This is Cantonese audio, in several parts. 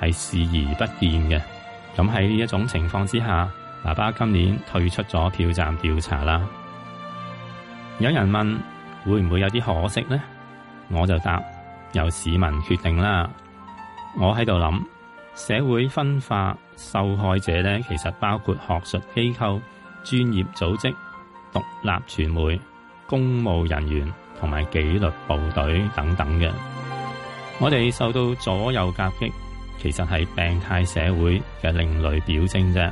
係視而不見嘅。咁喺呢一種情況之下，爸爸今年退出咗票站調查啦。有人問會唔會有啲可惜呢？我就答由市民決定啦。我喺度諗，社會分化受害者呢，其實包括學術機構、專業組織、獨立傳媒、公務人員同埋紀律部隊等等嘅。我哋受到左右夾擊，其實係病態社會嘅另類表徵啫。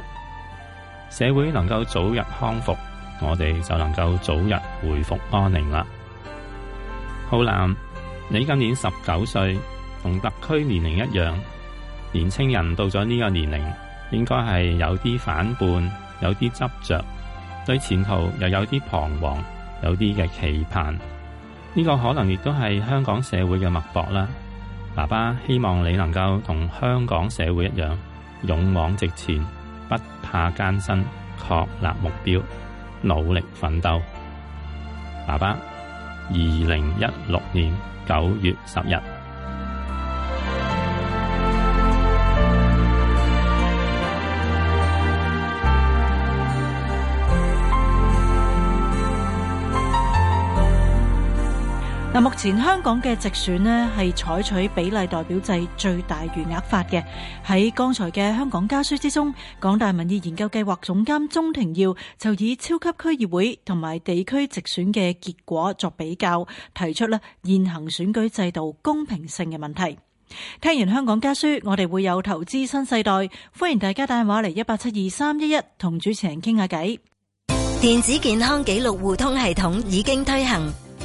社會能夠早日康復，我哋就能夠早日回復安寧啦。浩南，你今年十九歲，同特區年齡一樣，年青人到咗呢個年齡，應該係有啲反叛，有啲執着，對前途又有啲彷徨，有啲嘅期盼。呢個可能亦都係香港社會嘅脈搏啦。爸爸希望你能夠同香港社會一樣，勇往直前，不怕艱辛，確立目標，努力奮鬥。爸爸，二零一六年九月十日。嗱，目前香港嘅直選呢係採取比例代表制最大餘額法嘅。喺剛才嘅香港家書之中，港大民意研究計劃總監鍾庭耀就以超級區議會同埋地區直選嘅結果作比較，提出咧現行選舉制度公平性嘅問題。聽完香港家書，我哋會有投資新世代，歡迎大家打電話嚟一八七二三一一同主持人傾下偈。電子健康記錄互通系統已經推行。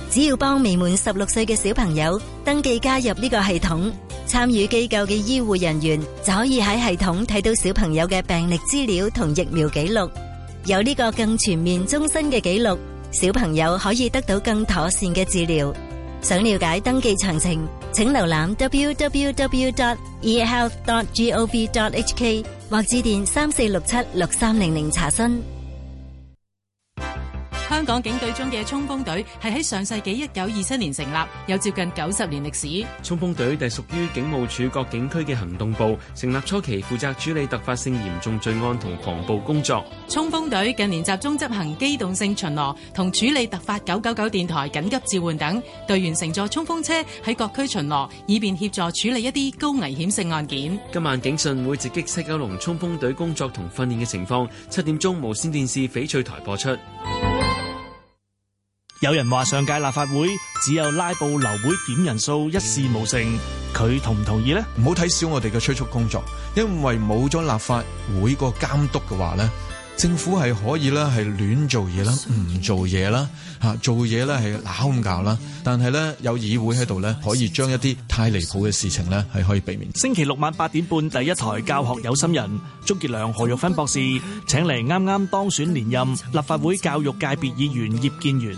只要幫未滿十六歲嘅小朋友登記加入呢個系統，參與機構嘅醫護人員就可以喺系統睇到小朋友嘅病歷資料同疫苗記錄。有呢個更全面終身嘅記錄，小朋友可以得到更妥善嘅治療。想了解登記詳情，請瀏覽 e www.ehealth.gov.hk 或致電三四六七六三零零查詢。香港警隊中嘅衝鋒隊係喺上世紀一九二七年成立，有接近九十年歷史。衝鋒隊隸屬於警務處各警區嘅行動部，成立初期負責處理突發性嚴重罪案同防暴工作。衝鋒隊近年集中執行機動性巡邏同處理突發九九九電台緊急召喚等，隊員乘坐衝鋒車喺各區巡邏，以便協助處理一啲高危險性案件。今晚警訊會直擊西九龍衝鋒隊工作同訓練嘅情況，七點鐘無線電視翡翠台播出。有人話上屆立法會只有拉布流會點人數一事無成，佢同唔同意呢？唔好睇小我哋嘅催促工作，因為冇咗立法會個監督嘅話呢，政府係可以啦，係亂做嘢啦，唔做嘢啦，嚇做嘢咧係鬧咁搞啦。但係呢，有議會喺度呢，可以將一啲太離譜嘅事情呢係可以避免。星期六晚八點半第一台教學有心人，鍾傑良、何玉芬博士請嚟啱啱當選連任立法會教育界別議員葉建源。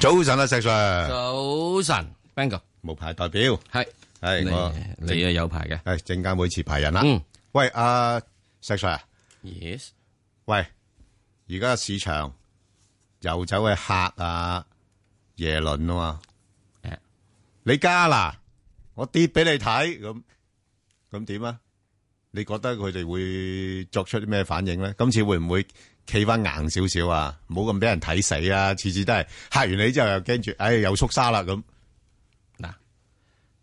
早晨啊，石 Sir。早晨，Bang 哥，無牌代表係係我你啊有牌嘅，係證監會持牌人啦。嗯，喂，阿石 Sir。 Yes。喂，而家市場又走去嚇啊耶倫啊嘛。誒，你加啦，我跌俾你睇，咁咁點啊？你覺得佢哋會作出啲咩反應咧？今次會唔會？企翻硬少少啊，唔好咁俾人睇死啊！次次都係嚇完你之後又驚住，唉又縮沙啦咁。嗱，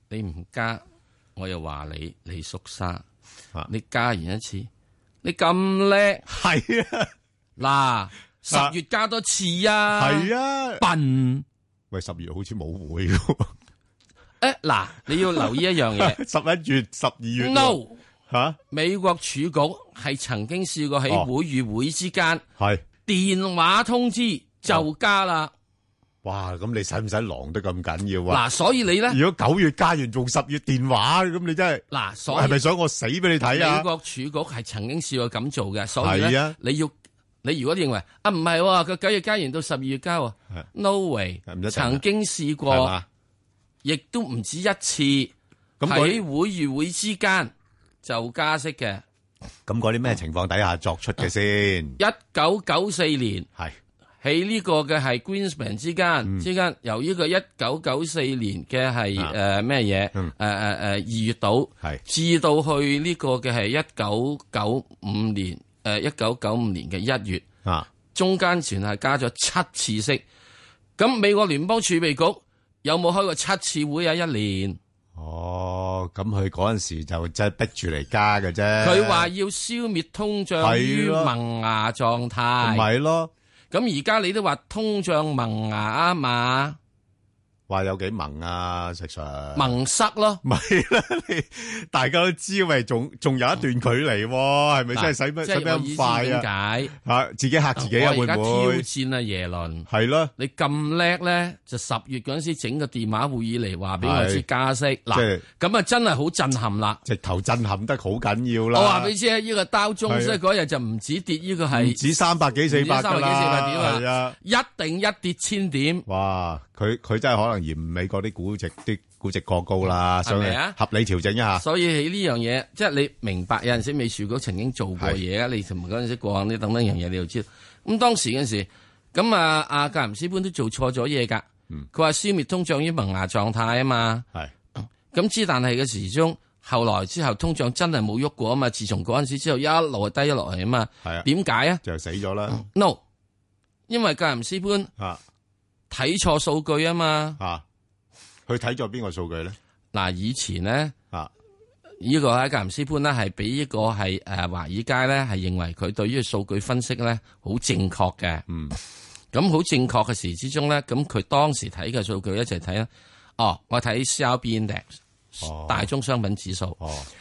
你唔加，我又話你你縮沙，啊你加完一次，你咁叻，係啊，嗱，十月加多次啊，係啊，笨。喂，十月好似冇會喎。 誒嗱，你要留意一樣嘢， 十一月、十二月，no。吓！美國儲局係曾經試過喺會與會之間哦係電話通知就加啦，哇！咁你使唔使狼得咁緊要啊？嗱，所以你咧，如果九月加完仲十月電話，咁你真係嗱，所以係咪想我死俾你睇啊美？國儲局係曾經試過咁做嘅，所以咧、係啊你要你如果認為啊唔係喎，佢九月加完到十二月加喎，no way，曾經試啊係過嘛，亦都唔止一次喺佢會與會之間就加息嘅。咁嗰啲咩情況底下作出嘅先？一九九四年係嗯喺呢個嘅係 Greenspan 之間、之間，由於個一九九四年嘅係啊誒咩嘢嗯誒誒誒二月度，至到去呢個嘅係一九九五年誒一九九五年嘅一月，啊、中間全係加咗七次息。咁美國聯邦儲備局有冇開過七次會啊？一年哦，咁佢嗰阵时就真係逼住嚟加嘅啫。佢話要消滅通脹係於咯萌芽狀態，咪係咯。咁而家你都話通脹萌芽啊嘛，話有幾萌啊，石 Sir。萌塞咯，咪係啦， 你大家都知，喂，仲仲有一段距離喎，係咪嗱真係使乜即使係乜我意咁思快點啊？解？吓，自己嚇自己啊，我會而家挑唔會？戰啊，耶倫係咯，你咁叻咧，就十月嗰陣時整個電話會議嚟話俾我知係加息，即嗱係咁啊真係好震撼啦！直頭震撼得好緊要啦。我話俾你知啊，呢個刀中即係啊係嗰日就唔止跌，呢個唔係止300幾400唔止300㗎幾啦400點啊，一定一跌千點。哇！佢佢真係可能嫌美國啲估值啲估值過高啦，係想咪啊合理調整一下。所以喺呢樣嘢，即係你明白有陣時美儲局曾經做過嘢啊，你同埋嗰陣時過往呢等等樣嘢，你就知道。咁當時嗰陣時，咁啊阿格林斯潘都做錯咗嘢㗎。佢話消滅通脹於萌芽狀態啊嘛。嗯係。咁之但係嘅時鐘，後來之後通脹真係冇喐過啊嘛。自從嗰陣時之後，一路係低咗落嚟啊嘛。係啊。點解啊？就死咗啦。 No，因為格林斯潘啊睇錯數據啊嘛。啊，佢睇咗邊個數據咧？嗱，以前咧啊，呢個喺格林斯潘咧係俾呢個係誒華爾街咧係認為佢對於數據分析咧好正確嘅。嗯，咁好正確嘅時之中咧，咁佢當時睇嘅數據咧就係睇咧，哦，我睇 CRB index。大哦宗商品指數，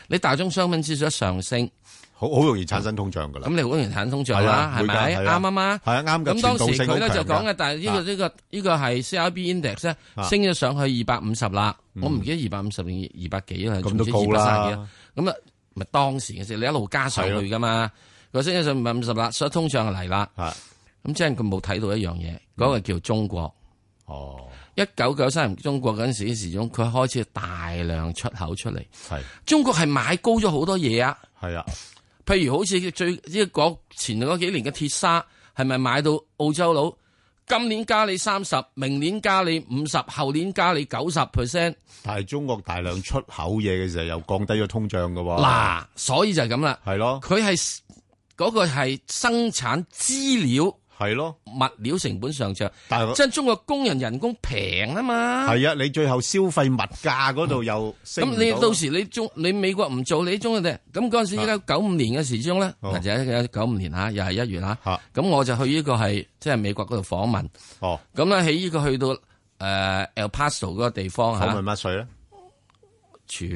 你大宗商品指數一上升，嗯好好容易產生通脹㗎啦。咁你好容易產生通脹係啦啊，係會㗎咪？係啱啊啱啊？係啊啱㗎咁當傳導時性好佢咧強就㗎講嘅，但係呢個呢個呢個係 CRB index 咧啊升咗上去二百五十啦，嗯我唔記得二百五十定二百幾啦，咁都總之高啦230幾啦。咁啊，咪當時嘅事，你一路加上係咯去㗎嘛。佢升咗上五百五十啦，所以通脹就嚟啦。啊咁即係佢冇睇到一樣嘢，嗰個叫中國。哦，一九九三年中國嗰陣時時鐘，佢開始大量出口出嚟。係中國係買高咗好多嘢啊。係啊，譬如好似最呢個前嗰幾年嘅鐵砂，係咪買到澳洲佬？今年加你三十，明年加你五十，後年加你九十 percent。但係中國大量出口嘢嘅時候，又降低咗通脹㗎喎。嗱，所以就係咁啦。係咯，佢係嗰個係生產資料，係咯，物料成本上漲，但係即係中國工人人工平啊嘛。係啊，你最後消費物價嗰度又升咁唔啊你到時你中你美國唔做你中嘅啫，咁嗰陣時依家九五年嘅時鐘咧，哦或者九五年嚇，又係一月嚇，咁我就去呢個係即係美國嗰度訪問。哦，咁咧喺呢個去到誒 El Paso 嗰個地方嚇，訪問乜水咧？全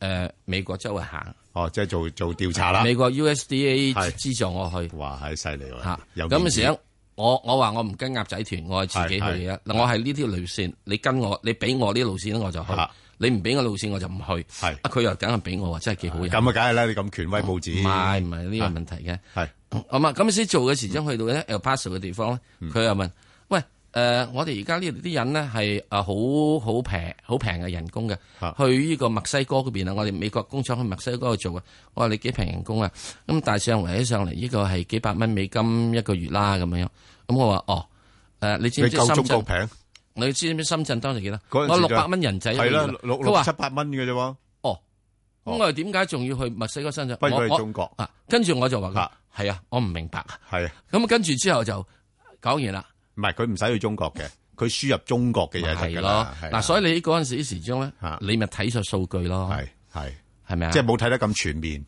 誒美國周圍行。哦，即係做做調查啦。美國 USDA 係資助我去。哇，係犀利喎！嚇，有咁面嘅子時候我我話我唔跟鴨仔團，我係自己去係係嘅。嗱，我係呢條路線，你跟我，你俾我呢路線我就去。你唔俾我路線我就唔去。啊係，佢又梗係俾我喎，真係幾好人。咁啊，梗係啦，你咁權威報紙，唔係唔係呢個問題嘅。係咁啊，咁先做嘅時鐘去到咧 El Paso 嘅地方咧，嗯佢又問：喂，誒、我哋而家呢度啲人咧係啊好好平好平嘅人工嘅，去呢個墨西哥嗰邊啊，我哋美國工廠去墨西哥度做嘅。我話你幾平人工啊？咁大上圍起上嚟，呢個係幾百蚊美金一個月啦咁樣。咁我話哦，誒、你知唔知你夠深中國圳平？你知唔知深圳當時幾多？嗰陣我時哦六就百蚊人仔一個係啦月啦，六六佢話七百蚊嘅啫喎。哦，咁我哋點解仲要去墨西哥深圳？不過我佢係我中國啊，跟住我就話佢係啊，我唔明白。係啊。咁跟住之後就講完啦。唔係佢唔使去中國嘅，佢輸入中國嘅嘢就係㗎咯啦。，嗱，所以你嗰陣時時鐘咧，你咪睇咗數據咯，係係係咪啊？即係冇睇得咁全面。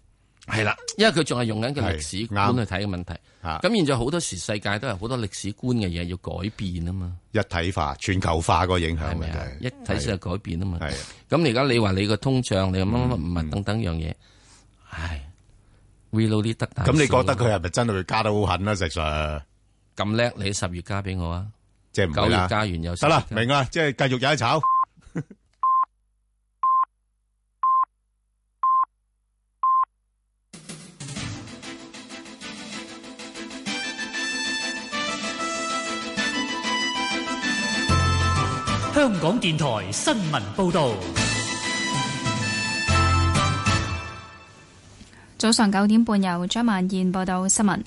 係啦，因為佢仲係用緊個歷史觀去係睇嘅問題。啊咁現在好多時世界都係好多歷史觀嘅嘢要改變啊嘛，一體化、全球化個影響係咪咪就啊係？一睇就係改變啊嘛。係嗯咁而家你話你個通脹，你乜乜乜物等等樣嘢，唉，reload 啲得啖咁你笑覺得佢係咪真係會加得好狠啊？石 Sir 咁叻，你十月加俾我啊？即係唔會啦。九月加完又得啦，明啦，即係繼續有得炒。香港電台新聞報導。早上九點半，由張曼燕報道新聞。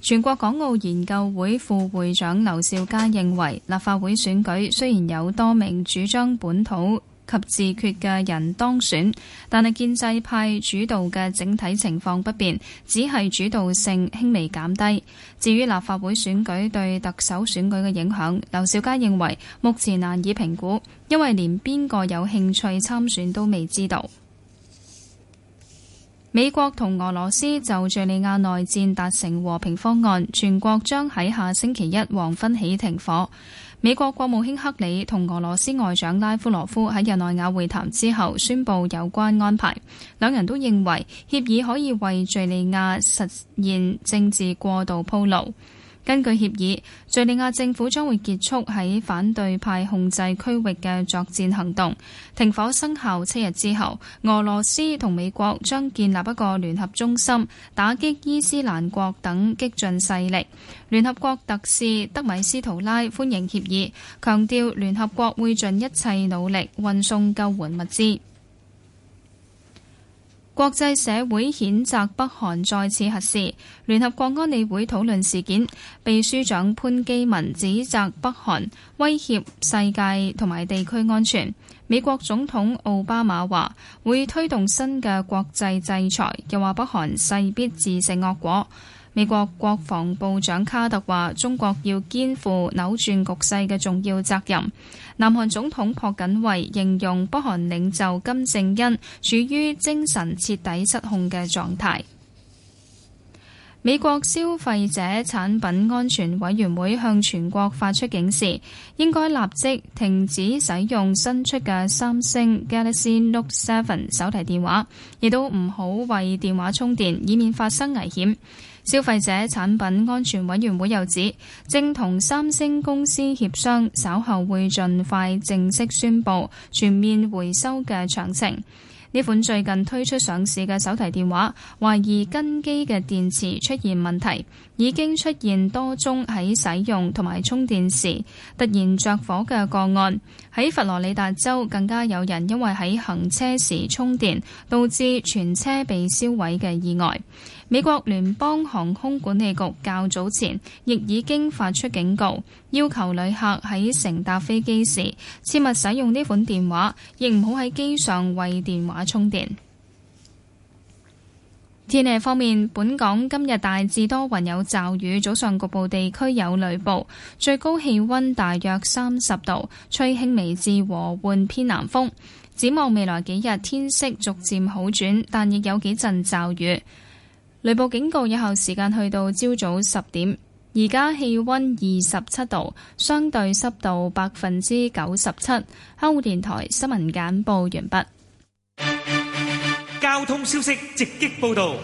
全國港澳研究會副會長劉兆佳認為，立法會選舉雖然有多名主張本土及自決嘅人當選，但係建制派主導嘅整體情況不變，只係主導性輕微減低。至於立法會選舉對特首選舉嘅影響，劉兆佳認為目前難以評估，因為連邊個有興趣參選都未知道。美國同俄羅斯就敘利亞內戰達成和平方案，全國將喺下星期一黃昏起停火。美國國務卿克里同俄羅斯外長拉夫羅夫喺日內瓦會談之後，宣布有關安排。兩人都認為協議可以為敘利亞實現政治過渡鋪路。根據協議，敘利亞政府將會結束喺反對派控制區域嘅作戰行動。停火生效七日之後，俄羅斯同美國將建立一個聯合中心，打擊伊斯蘭國等激進勢力。聯合國特使德米斯圖拉歡迎協議，強調聯合國會盡一切努力運送救援物資。國際社會譴責北韓再次核試，聯合國安理會討論事件，秘書長潘基文指責北韓威脅世界同埋地區安全。美國總統奧巴馬話會推動新嘅國際制裁，又話北韓勢必自食惡果。美國國防部長卡特話：中國要肩負扭轉局勢嘅重要責任。南韓總統朴槿惠形容北韓領袖金正恩處於精神徹底失控嘅狀態。美國消費者產品安全委員會向全國發出警示，應該立即停止使用新出嘅三星 Galaxy Note 7手提電話，亦都唔好為電話充電，以免發生危險。消費者產品安全委員會又指，正同三星公司協商，稍後會盡快正式宣布全面回收嘅詳情。呢款最近推出上市嘅手提電話，懷疑根基嘅電池出現問題，已經出現多宗喺使用同埋充電時突然着火嘅個案。喺佛羅里達州更加有人因為喺行車時充電，導致全車被燒毀嘅意外。美國聯邦航空管理局較早前亦已經發出警告，要求旅客喺乘搭飛機時切勿使用呢款電話，亦唔好喺機上為電話充電。天氣方面，本港今日大致多雲有驟雨，早上局部地區有雷暴，最高氣温大約三十度，吹輕微至和緩偏南風。展望未來幾日天色逐漸好轉，但亦有幾陣驟雨。雷暴警告有效時間去到朝早十點，而家氣温二十七度，相對濕度百分之九十七。香港電台新聞簡報完畢。交通消息直擊報導。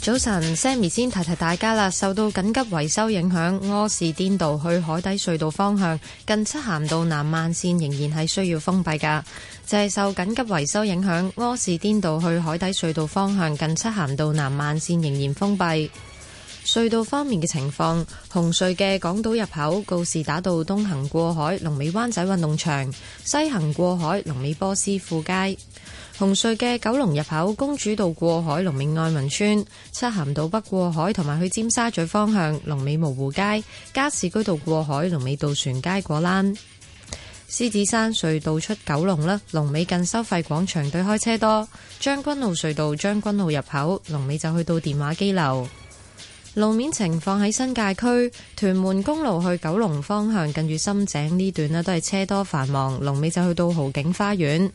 早晨，Sammy 先提提大家啦。受到緊急維修影響，柯士甸道去海底隧道方向近漆咸道南慢線仍然係需要封閉㗎。就係受緊急維修影響，柯士甸道去海底隧道方向近漆咸道南慢線仍然封閉。隧道方面嘅情況，紅隧嘅港島入口告士打道東行過海，龍尾灣仔運動場；西行過海，龍尾波斯富街。紅隧嘅九龍入口公主道過海，龍尾愛民村；漆咸道北過海同埋去尖沙咀方向，龍尾蕪湖街；加士居道過海，龍尾渡船街果欄；獅子山隧道出九龍啦，龍尾近收費廣場對開車多；將軍澳隧道將軍澳入口，龍尾就去到電話機樓。路面情況喺新界區屯門公路去九龍方向，近住深井呢段呢都係車多繁忙，龍尾就去到豪景花園。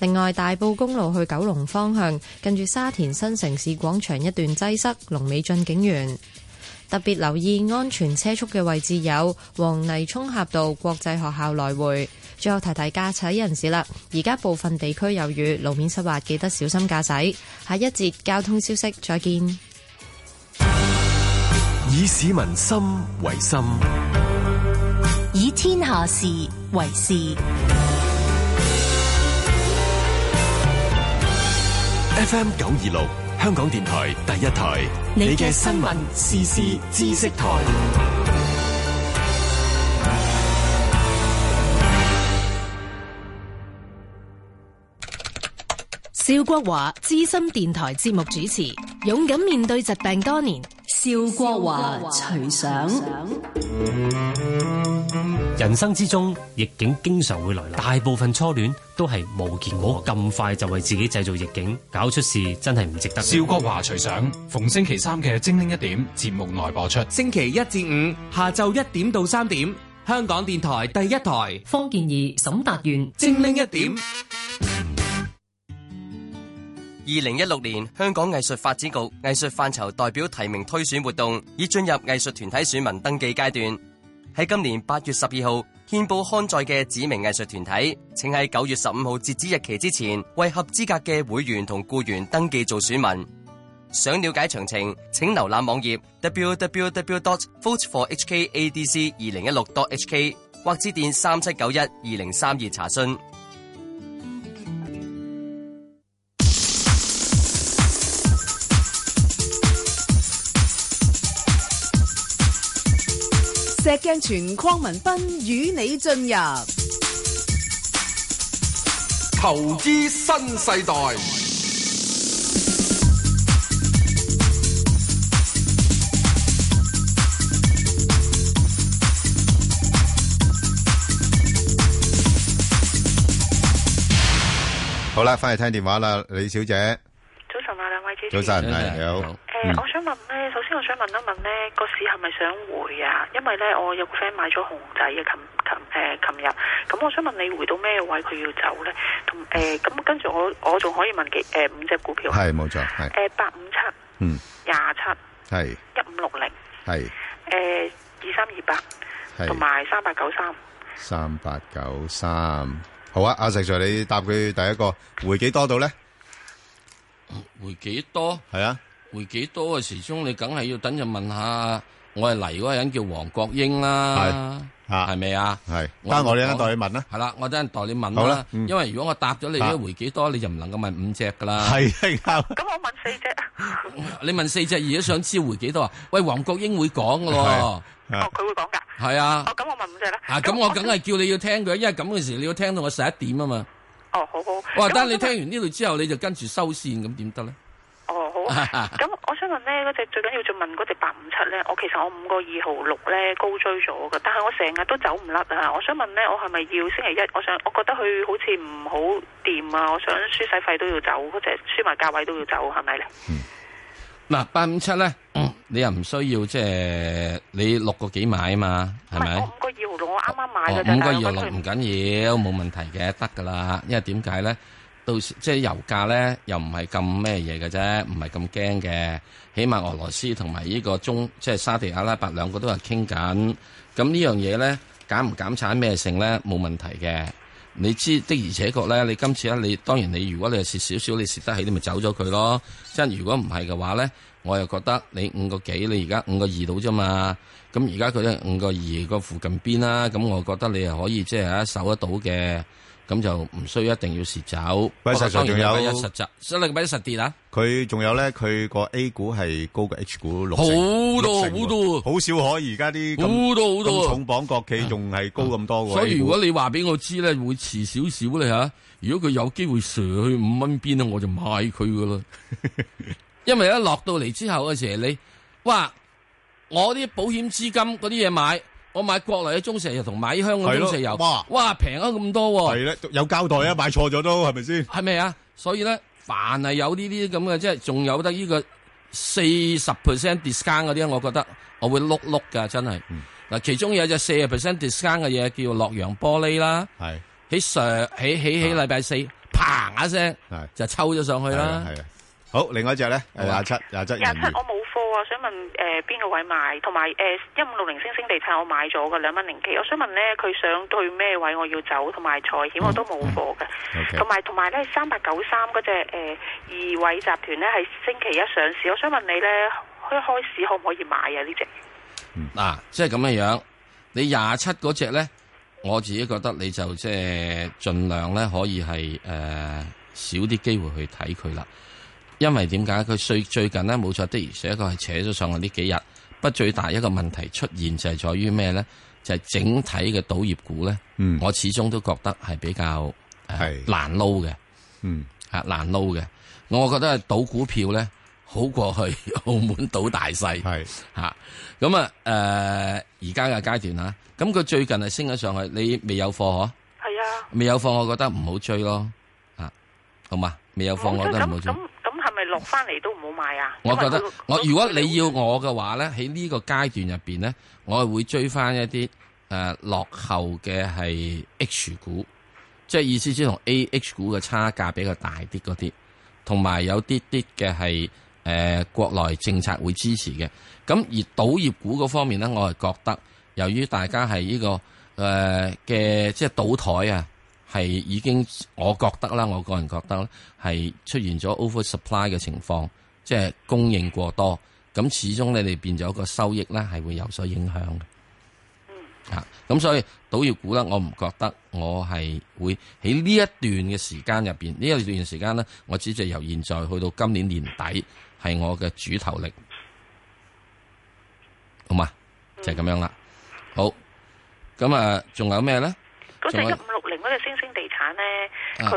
另外，大埔公路去九龍方向，近住沙田新城市廣場一段擠塞，龍尾進景園。特別留意安全車速嘅位置有黃泥涌峽道國際學校來回。最後提提駕駛人士啦，而家部分地區有雨，路面濕滑，記得小心駕駛。下一節交通消息，再見。以市民心為心，天下事為事。 FM 九二六，香港電台第一台，你嘅新聞時事知識台。邵國華資深電台節目主持，勇敢面對疾病多年。邵國華隨想，人生之中逆境經常會來臨，大部分初戀都係無結哦果，咁快就為自己製造逆境，搞出事真係唔值得。邵國華隨想，逢星期三嘅精靈一點節目內播出，星期一至五下晝一點到三點，香港電台第一台。方健儀、沈達元，精靈一點。二零一六年香港藝術發展局藝術範疇代表提名推選活動已進入藝術團體選民登記階段。喺今年八月十二號憲報刊載嘅指明藝術團體，請喺九月十五號截止日期之前，為合資格嘅會員同僱員登記做選民。想了解詳情，請瀏覽網頁 www.voteforhkadc 二零一六 .hk 或致電三七九一二零三二查詢。石鏡泉鄺民彬與你進入投資新世代。好啦，翻嚟聽電話啦，李小姐，早晨啊，兩位主持。早晨，係嗯你好。誒、我想問咧，首先我想問一問咧，個市係咪想回啊？因為咧，我有個 friend 買咗熊仔嘅，琴琴誒琴日，咁、我想問你回到咩位佢要走咧？同誒咁、跟住我我仲可以問幾誒、五隻股票？係冇錯，係誒八五七、嗯，廿七、係一五六零、係誒二三二八同係埋三八九三。三八九三。好啊，阿石 Sir，你答佢第一個回幾多度咧？回幾多？係啊，回幾多嘅時鐘，你梗係要等陣問下，我係嚟嗰個人叫黃國英啦，係咪啊？係，得我哋一陣代你問啦。係啦，我等陣代你問好啦啦。嗯因為如果我答咗你啊咧回幾多，你就唔能夠問五隻噶啦。係係啱。咁我問四隻，你問四隻，而家想知回幾多啊？喂，黃國英會講噶係喎。哦，佢會講㗎。係啊。哦，咁我問五隻啦。啊，咁我梗係叫你要聽佢，因為咁嘅時你要聽到我十一點啊嘛。哦，好好。哇！咁但你我想聽問完呢度之後，你就跟住收線，咁點得咧？哦，好啊。咁我想問呢，嗰只最緊要就問嗰只八五七呢。我其實我五個二號六呢高追咗嘅，但係我成日都走唔甩啊！我想問呢，我係咪要星期一？我想，我覺得佢好似唔好掂啊！我想輸使費都要走，嗰只輸埋價位都要走，係咪呢？嗱，八五七咧，嗯你又唔需要即係你六個幾買啊嘛，係咪？五個二號六我啱啱買哦嘅啫，五個但係二我又覺得六佢唔緊要，冇問題嘅，得噶啦。因為點解咧？到時即係油價咧，又唔係咁咩嘢嘅啫，唔係咁驚嘅。起碼俄羅斯同埋呢個中即係沙地阿拉伯兩個都係傾緊。咁呢樣嘢咧，減唔減產咩性咧，冇問題嘅。你知的而且確咧，你今次咧，你當然你如果你係蝕少少，你蝕得起，你咪走咗佢咯。即係如果唔係嘅話咧，我又覺得你五個幾，你而家五個二到啫嘛。咁而家佢咧五個二個附近邊啦，咁我覺得你係可以即係一啊守得到嘅，咁就唔需要一定要蝕走。喂不過實在當然仲有禮拜一實習，所以禮拜一實跌啊，佢仲有咧，佢個 A 股係高過 H 股六成，好多六成喎好多好少可而家啲咁好多好多啊咁重磅國企仲係高咁多喎。所以 A 股如果你話俾我知咧，會遲少少咧嚇。如果佢有機會射去五蚊邊咧，我就買佢噶啦。因為一落到嚟之後嘅時候，你哇，我啲保險資金嗰啲嘢買，我買國內嘅中石油同買香港係咯中石油，哇哇平咗咁多喎。係咧，有交代啊，買錯咗都係咪先？係咪啊？所以咧，凡係有呢啲咁嘅，即係仲有得呢個四十 percent discount 嗰啲，我覺得我會碌碌噶，真係。嗯嗱、其中有隻四十 percent discount 嘅嘢叫做洛陽玻璃啦，係啊喺上喺喺喺禮拜四，嘭一聲係就抽咗上去啦。啊係啊，好，另外一隻咧，廿七廿七廿人七魚我冇貨啊，想問誒邊、個位買，同埋誒一五六零星星地產我買咗嘅兩蚊零幾，我想問咧佢想去咩位我要走，同埋財險我都冇貨嘅，同埋同埋咧三八九三嗰只誒二位集團咧係星期一上市，我想問你咧開開市可唔可以買啊呢只？嗱、即係咁嘅樣，你廿七嗰只咧我自己覺得你就即係盡量咧，可以係誒、呃少啲機會去睇佢啦。因為點解佢最最近咧冇錯的，而且確係扯咗上去呢幾日。不過最大一個問題出現就係在於咩咧？就係、整體嘅賭業股咧，嗯我始終都覺得係比較誒難撈嘅，嗯啊難撈嘅。我覺得係賭股票咧好過去 澳門賭大細，係嚇咁啊誒而家嘅階段嚇，咁佢最近係升咗上去，你未有貨嗬？係啊，未有貨，我覺得唔好追咯，啊好嘛？未有貨，我覺得唔好咁追咁。咁係咪落翻嚟都唔好買啊？我覺因得為佢我如果你要我嘅話咧，喺呢個階段入邊咧，我係會追翻一啲誒、呃落後嘅係 H 股，即係意思即係同 A H 股嘅差價比較大啲嗰啲，同埋有啲啲嘅係誒國內政策會支持嘅。咁而賭業股嗰方面咧，我係覺得由於大家係呢、個誒嘅、即係賭台啊。係已經，我覺得啦，我個人覺得啦係出現咗 oversupply 嘅情況，即係供應過多，咁始終你哋變咗個收益咧係會有所影響嘅。嚇，咁所以賭業股咧，我唔覺得我係會喺呢一段嘅時間入邊，呢一段時間咧，我只係由現在去到今年年底係我嘅主頭力，好嘛？就係、咁樣啦。好，咁啊，仲有咩咧？嗰隻仲一有五六零嗰隻星星地產咧，啊佢誒、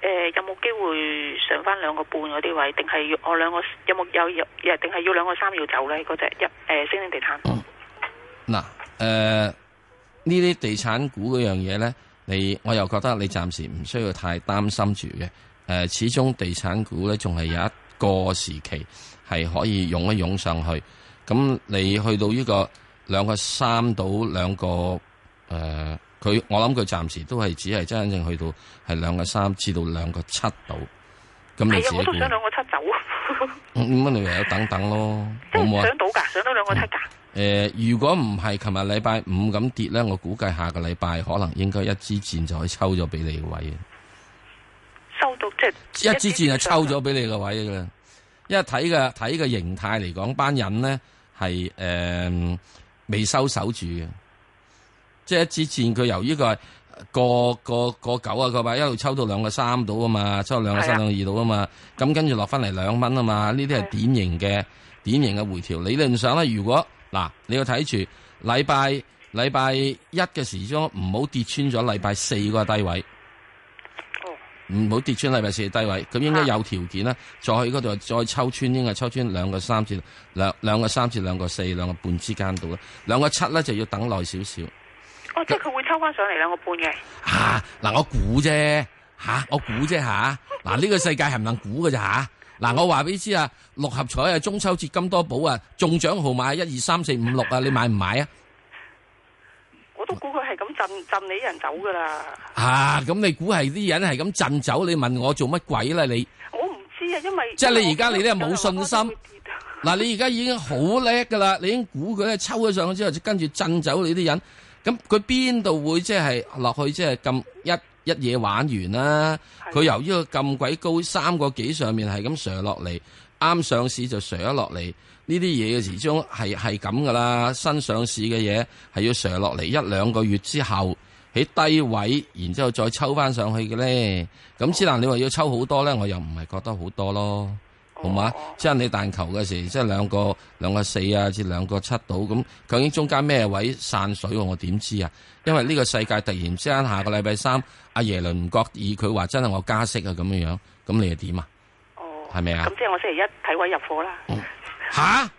呃有冇機會上翻兩個半嗰啲位？定係要我兩個有冇有有？定係要兩個三要走咧？嗰隻一誒、呃星星地產。哦嗱，誒呢啲地產股嗰樣嘢咧，你我又覺得你暫時唔需要太擔心住嘅。誒、呃始終地產股咧仲係有一個時期係可以湧一湧上去。咁你去到呢個兩個三到兩個誒，呃佢、我諗佢暫時都係只係真正去到係兩個三至到兩個七度。咁你係自啊，己我估都，想兩個七走，咁咁你咪有等等咯，好唔好啊？ 想到㗎，想到兩個七㗎。誒、呃如果唔係琴日禮拜五咁跌咧，我估計下個禮拜可能應該一支箭就可以抽咗俾你個位啊收到即嘅，一支箭就抽咗俾你個位嘅啦。因為睇嘅睇嘅形態嚟講，班人咧係誒未收手住嘅，即係一支箭佢由呢個呃個個個九啊個位一路抽到兩個三到啊嘛，抽到兩個係啊三兩個二到啊嘛，咁跟住落翻嚟兩蚊啊嘛，呢啲係典型嘅典型嘅回調。理論上咧，如果嗱你要睇住禮拜禮拜一嘅時鐘唔好跌穿咗禮拜四個低位。唔好跌穿禮拜四嘅低位，咁應該有條件啦。再去嗰度再抽穿，應該抽穿兩個三至兩兩個三至兩個四兩個半之間度啦。兩個七咧就要等耐少少。哦，即係佢會抽翻上嚟兩個半嘅。啊，嗱，我估啫，吓、我估啫吓。嗱、呢、個世界係唔能估嘅咋吓。嗱、我話俾你知啊，六合彩啊，中秋節金多寶啊，中獎號碼一二三四五六啊，你買唔買啊？我都估佢係咁震震你啲人走㗎啦。啊，咁你估係啲人係咁震走，你問我做乜鬼啦你？我唔知啊，因為即係你而家你咧冇信心。嗱，你而家已經好叻噶啦，你已經估佢咧抽咗上去之後，就跟住震走你啲人。咁佢邊度會即係落去即係咁一一嘢玩完啦、佢由呢個咁鬼高三個幾上面係咁上落嚟，啱上市就上咗落嚟。呢啲嘢嘅始終係係咁噶啦，新上市嘅嘢係要上落嚟一兩個月之後。喺低位，然之後再抽翻上去嘅咧，咁之但你話要抽好多咧，我又唔係覺得好多咯，好嘛？即係你彈球嘅時，即係兩個兩個四啊，至兩個七度咁，究竟中間咩位散水喎我點知啊？因為呢個世界突然之間下個禮拜三，阿耶倫唔覺意佢話真係我加息啊咁樣樣，咁你又點啊？係咪啊咁？即係我星期一睇位入貨啦。吓？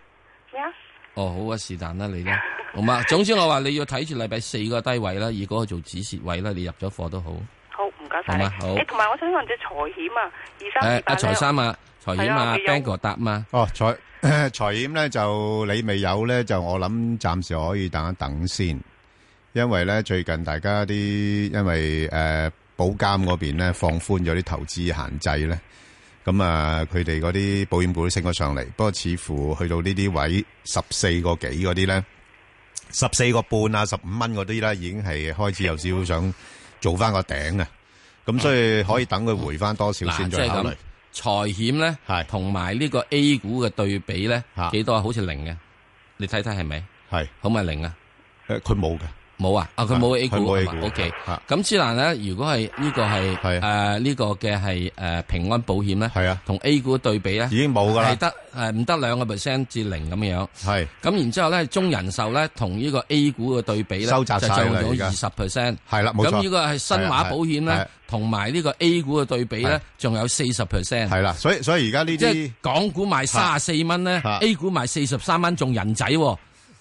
咩啊？哦，好啊，是但啦，你啦，好嘛？總之我話你要睇住禮拜四個低位啦，以嗰個做止蝕位啦，你入咗貨都好。好，唔該晒好你。嘛好誒，同埋我想問隻財險啊，二三誒二，八阿財咧三啊，財險係啊啊未有，Bang 哥答嘛，哦，財- 財險呢，就你未有呢，就我諗暫時可以等一等先。因為呢，最近大家啲-因為，呃，保監嗰邊呢，放寬咗啲投資限制呢，咁啊，佢哋嗰啲保險股都升咗上嚟。不過似乎去到呢啲位，14個幾嗰啲呢，14個半啊，15蚊嗰啲呢，已經係開始有少少想做返個頂啊。咁所以可以等佢回返多少先再嗱，即係咁，考慮。財險咧，同埋呢個 A 股嘅對比咧，幾多啊好似零嘅，你睇睇係咪？係好咪零啊？誒，佢冇嘅，冇啊，啊佢冇 A 佢股冇 A 啊嘛股，OK。咁之但咧，如果係呢個係啊誒呢個嘅係誒平安保險咧，係啊，同 A 股對比咧，已經冇㗎啦係得誒唔得兩個 percent 至零咁樣。係。咁然之後咧，中人壽咧同呢個 A 股嘅對比咧，收窄就晒做啦而咗家二十 percent。係啦冇錯咁呢個係新係啊馬保險係咧啊，同埋呢個 A 股嘅對比係咧啊，仲有四十 percent。係啦所以所以而家呢啲即係港股賣三十四蚊咧啊，A 股賣四十三蚊，仲人仔喎。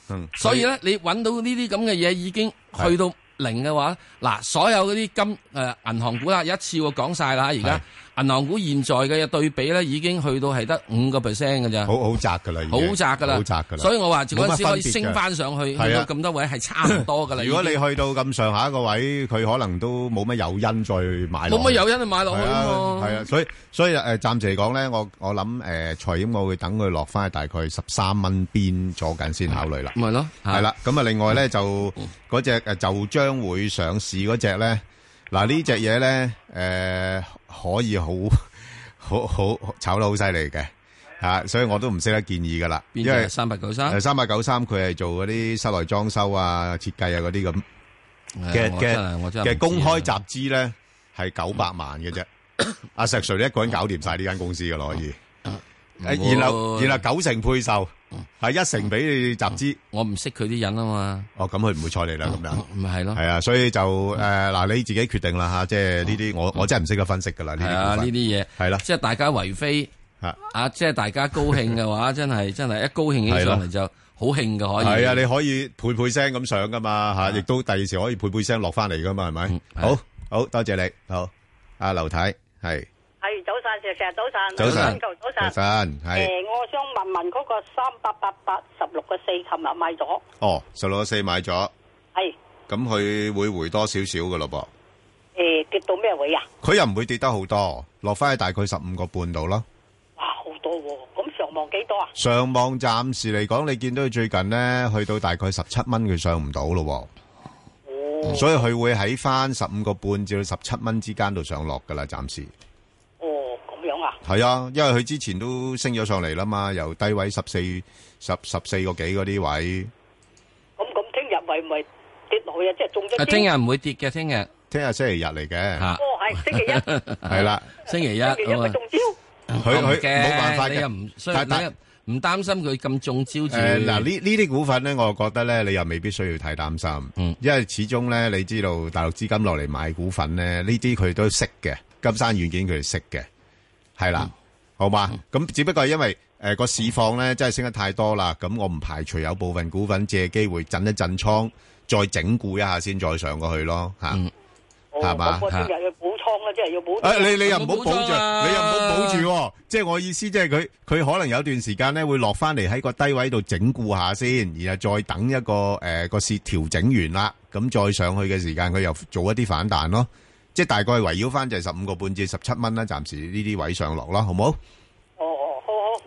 嗯，所以咧，你揾到呢啲咁嘅嘢已經係去到零嘅話，嗱，所有嗰啲金誒銀行股啦，一次過講晒啦，而家銀行股現在嘅對比咧，已經去到係得五個 percent 嘅咋，好好窄噶啦，已好經窄噶啦，好窄噶啦。所以我話嗰陣時可冇乜分以別㗎升翻上去，去係到啊咁多位係差唔多噶啦。如果你已經去到咁上下一個位，佢可能都冇乜誘因再買落去。冇乜有因去買落去係啊啊，嘛係啊，所以所以诶，暂时嚟講咧，我我谂诶，財險我會等佢落翻去大概十三蚊邊左近先考慮啦。咪咯，係啦。咁啊，另外咧就嗰只诶就將會上市嗰只咧，嗱呢只嘢咧诶可以好 好好炒得好犀利嘅。吓，所以我都唔識得建議噶啦，邊因隻為三八九三誒三八九三佢係做嗰啲室內裝修啊、設計啊嗰啲咁嘅我真係嘅我真係唔知啊嘅公開集資咧係九百萬嘅啫。阿石 Sir 你一個人搞掂晒呢間公司噶啦，可以。唔會誒然後然後九成配售，係一成俾你集資。我唔識佢啲人啊嘛。哦，咁佢唔會睬你啦，咁樣。咪係咯。係啊，所以就誒嗱，你自己決定啦嚇，即係呢啲我我真係唔識得分析噶啦，呢係啊啲股份呢啲嘢係啦，即係大家為非啊，即係大家高興 嘅話，真係真係一高興起上嚟係咯就好興嘅可以。係啊，你可以配配聲咁上噶嘛吓，亦都第二時可以配配聲落翻嚟噶嘛，係咪？好好多謝你，好阿劉太係系早晨，石石早晨，早晨早早晨，晨係诶，我想问问嗰个三八八八十六个四，琴日买咗，哦，十六個四買咗，系咁佢會回多少少噶咯噃？诶跌到咩位啊？佢又唔會跌得好多，落翻去大概十五個半度啦。哇，好多喎！咁上望几多啊？上網暫時嚟講，你見到佢最近呢，去到大概十七蚊，佢上唔到咯喎。所以佢會喺翻十五個半至到十七蚊之間度上落噶啦，暫時。哦，咁样啊？係啊，因為佢之前都升咗上嚟啦嘛，由低位十四十十四個幾嗰啲位。咁咁听日咪咪跌落去啊？即系中咗。唔會跌嘅，聽日。聽日星期日嚟嘅。哦，系星期 一，係啦，星期一星期一好咪啊中招。佢佢嘅冇辦法你又嘅唔所以但但你又唔擔心佢咁中招住。誒嗱，呢呢啲股份咧，我覺得咧，你又未必需要太擔心，因為始終咧，你知道大陸資金落嚟買股份咧，呢啲佢都識嘅，金山軟件佢哋識嘅，係啦，好嘛？咁只不過係因為誒個市況咧，真係升得太多啦，咁我唔排除有部分股份借機會震一震倉，再整固一下先再上過去咯，嚇，係嘛？我聽嚇日去補倉啦，即係要補。誒，你你又唔好保住，你又唔好保住喎，即係我意思，即係佢佢可能有段時間咧會落翻嚟喺個低位度整固下先，然後再等一個誒個市調整完啦，咁再上去嘅時間佢又做一啲反彈咯，即係大概圍繞翻就係十五個半至十七蚊啦，暫時呢啲位上落啦，好唔好？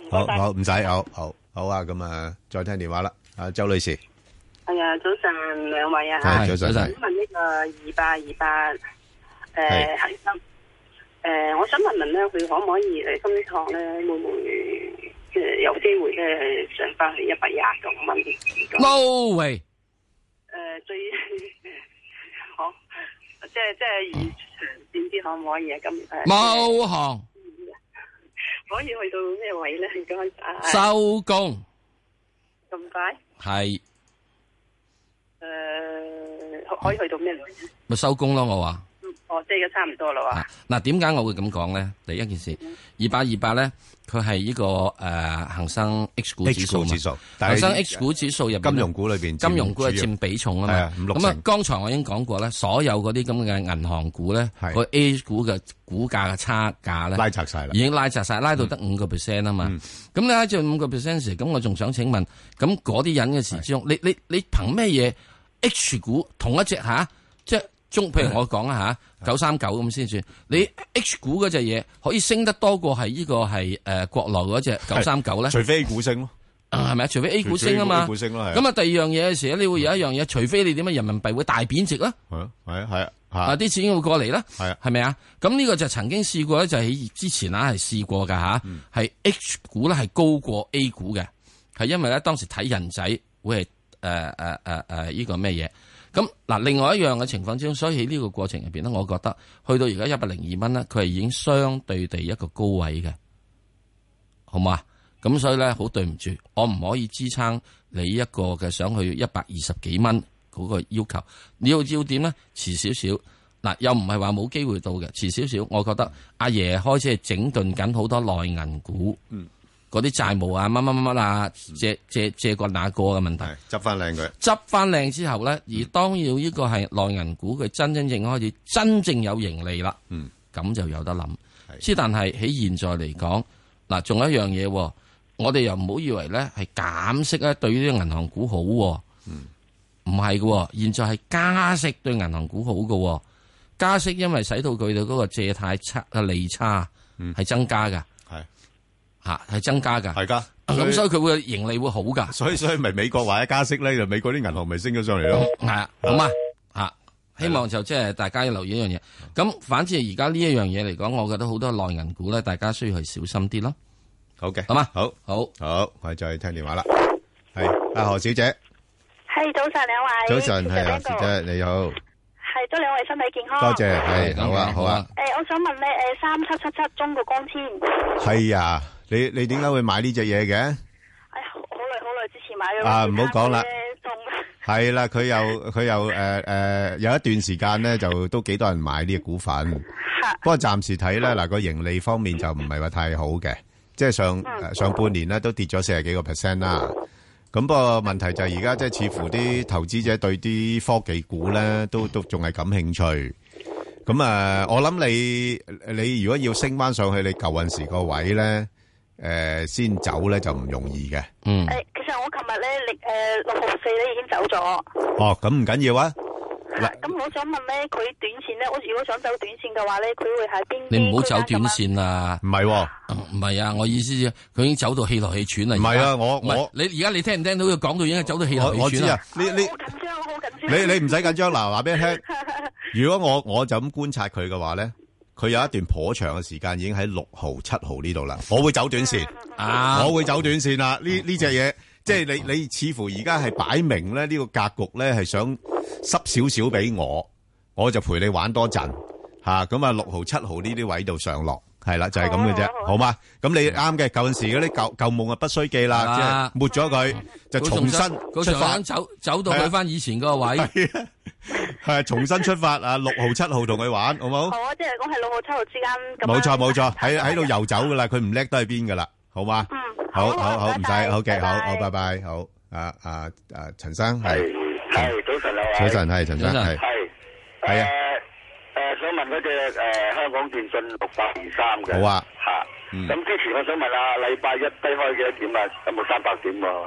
好好唔使，好好好啊，咁啊，再聽電話啦，阿周女士，系啊，早晨兩位啊，係早我晨想問呢個二八二八，诶，恒生，诶，我想問問咧，佢可唔可以诶，誒金礦咧會唔會即係有機會咧上翻去一百廿九蚊？ No way！诶，最 好，即係即係以長線啲可唔可以啊？咁诶，誒冇行可以去到咩位 咧？唔該啊，收工咁快，係诶，可以去到咩位呢？咪收工咯？我話。哦，即係而家差唔多啦喎。嗱，點解我會咁講咧？第一件事，二八二八咧，佢係呢個誒恒生 H 股指 H 數股嘛指數但係恒生 H 股指數入邊金融股裏邊佔金融股係主要佔比重啊係嘛啊五。六咁啊成，剛才我已經講過咧，所有嗰啲咁嘅銀行股咧，個 A 股嘅股價嘅差價咧，拉窄晒啦嗯已經拉窄晒，拉到得五個 percent 啊嘛。咁你拉咗五個 percent 時，咁我仲想請問，咁嗰啲人嘅時之中，嗯你你你憑咩嘢 H 股同一隻嚇、即係中，嗯譬如我講啦嚇，九三九咁先算。你 H 股嗰只嘢可以升得多過係呢個係誒國內嗰只九三九咧？除非 A 股升咯，係咪啊？除非 A 股升啊除非 A 嘛。股升咯係啊咁啊，第二樣嘢嘅時咧，你會有一樣嘢，除非你點啊，人民幣會大貶值啦。係啊係啊係啊嚇啊！啲錢會過嚟啦，係啊係咪啊？咁呢個就曾經試過咧，就喺之前啊，係試過㗎吓，嗯係 H 股咧係高過 A 呃股嘅，係因為咧當時睇人仔會係誒誒誒誒呢個咩嘢？咁嗱，另外一樣嘅情況之中，所以喺呢個過程入邊咧，我覺得去到而家一百零二蚊咧，佢係已經相對地一個高位嘅，好嘛？咁所以咧，好對唔住，我唔可以支撐你一個嘅想去一百二十幾蚊嗰個要求。你要要點咧？遲少少。嗱，又唔係話冇機會到嘅，遲少少，我覺得阿爺開始係整頓緊好多內銀股，嗯嗰啲債務啊，乜乜乜乜啊，借借借過那個嘅問題，執翻靚佢，嗯執翻靚之後咧，而當要呢個係內銀股佢真真正開始真正有盈利啦，嗯，咁就有得諗。之但係喺現在嚟講，嗱，仲有一樣嘢喎，我哋又唔好以為咧係減息咧對於啲銀行股好喎，唔係嘅喎，現在係加息對銀行股好嘅喎。加息因為使到佢哋嗰個借貸差啊利差係增加噶，嗯係吓係增加噶，係噶。咁所以佢會盈利會好噶。所以所以咪美國話一加息咧，就美國啲銀行咪升咗上嚟咯。係啊，好嘛吓，希望就即係大家要留意一樣嘢。咁反正而家呢一樣嘢嚟講，我覺得好多內銀股咧，大家需要去小心啲咯。好嘅，好嘛，好，好，好，我哋再聽電話啦。係阿何小姐，系早晨兩早位，晨，係何小姐，你好，係祝兩位身體健康。多謝，係好啊，好啊。诶、呃我想問咧，诶、三七七七中國光纖，係啊，你你點解會買呢只嘢嘅？哎呀，好好耐好耐之前買咗。啊唔好講啦仲係啦，佢又佢又诶诶，有一段時間咧就都幾多人買呢個股份。不過暫時睇咧，嗱個盈利方面就唔係話太好嘅，即係上嗯上半年咧都跌咗四十幾個 percent 啦。咁不過問題就係而家即係似乎啲投資者對啲科技股咧都都仲係感興趣。咁啊，我諗你你如果要升翻上去，你舊運時個位咧，诶、先走咧就唔容易嘅。嗯诶、呃其實我琴日咧，你诶六號四咧已經走咗。哦，咁唔緊要啊。嚇咁我想問咧，佢短線咧，我如果想走短線嘅話咧，佢會喺邊啲你唔好區走間短線啦。唔係，唔係啊，我意思佢已經走到氣來氣喘啦。唔係啊而家我唔係我你而家你聽唔聽到佢講到已經係走到氣來我我氣知喘啊啦？，你你你你唔使緊張嗱，話俾 你聽。如果我我就咁觀察佢嘅話咧，佢有一段頗長嘅時間已經喺六號、七號呢度啦。我會走短線，啊我會走短線啦。呢呢只嘢，即係你你似乎而家係擺明咧呢個格局咧係想濕少少俾我，我就陪你玩多陣吓。咁啊，六號、七號呢啲位度上落。係啦，就係咁嘅啫，好嘛？咁你啱嘅，舊陣時嗰啲舊舊夢啊，不須記啦，係即啦係抹咗佢，就佢重仲新想佢出仲發想。走走到去翻以前嗰 個位。系重新出發啊！六號、七號同佢玩，好冇？好啊，即係我係六號七號之間咁樣。冇錯冇錯，喺喺度游走噶啦，佢唔叻都喺邊噶啦，好嘛？好好好，唔使，好嘅，好好，拜拜，好。啊啊啊，陳生係，系早晨啊，早晨係陳生係系系係啊诶诶，想問嗰只诶香港電信六百二三嘅，好啊吓，嗯咁之前我想問下，禮拜一低開幾多點啊？有冇三百點喎？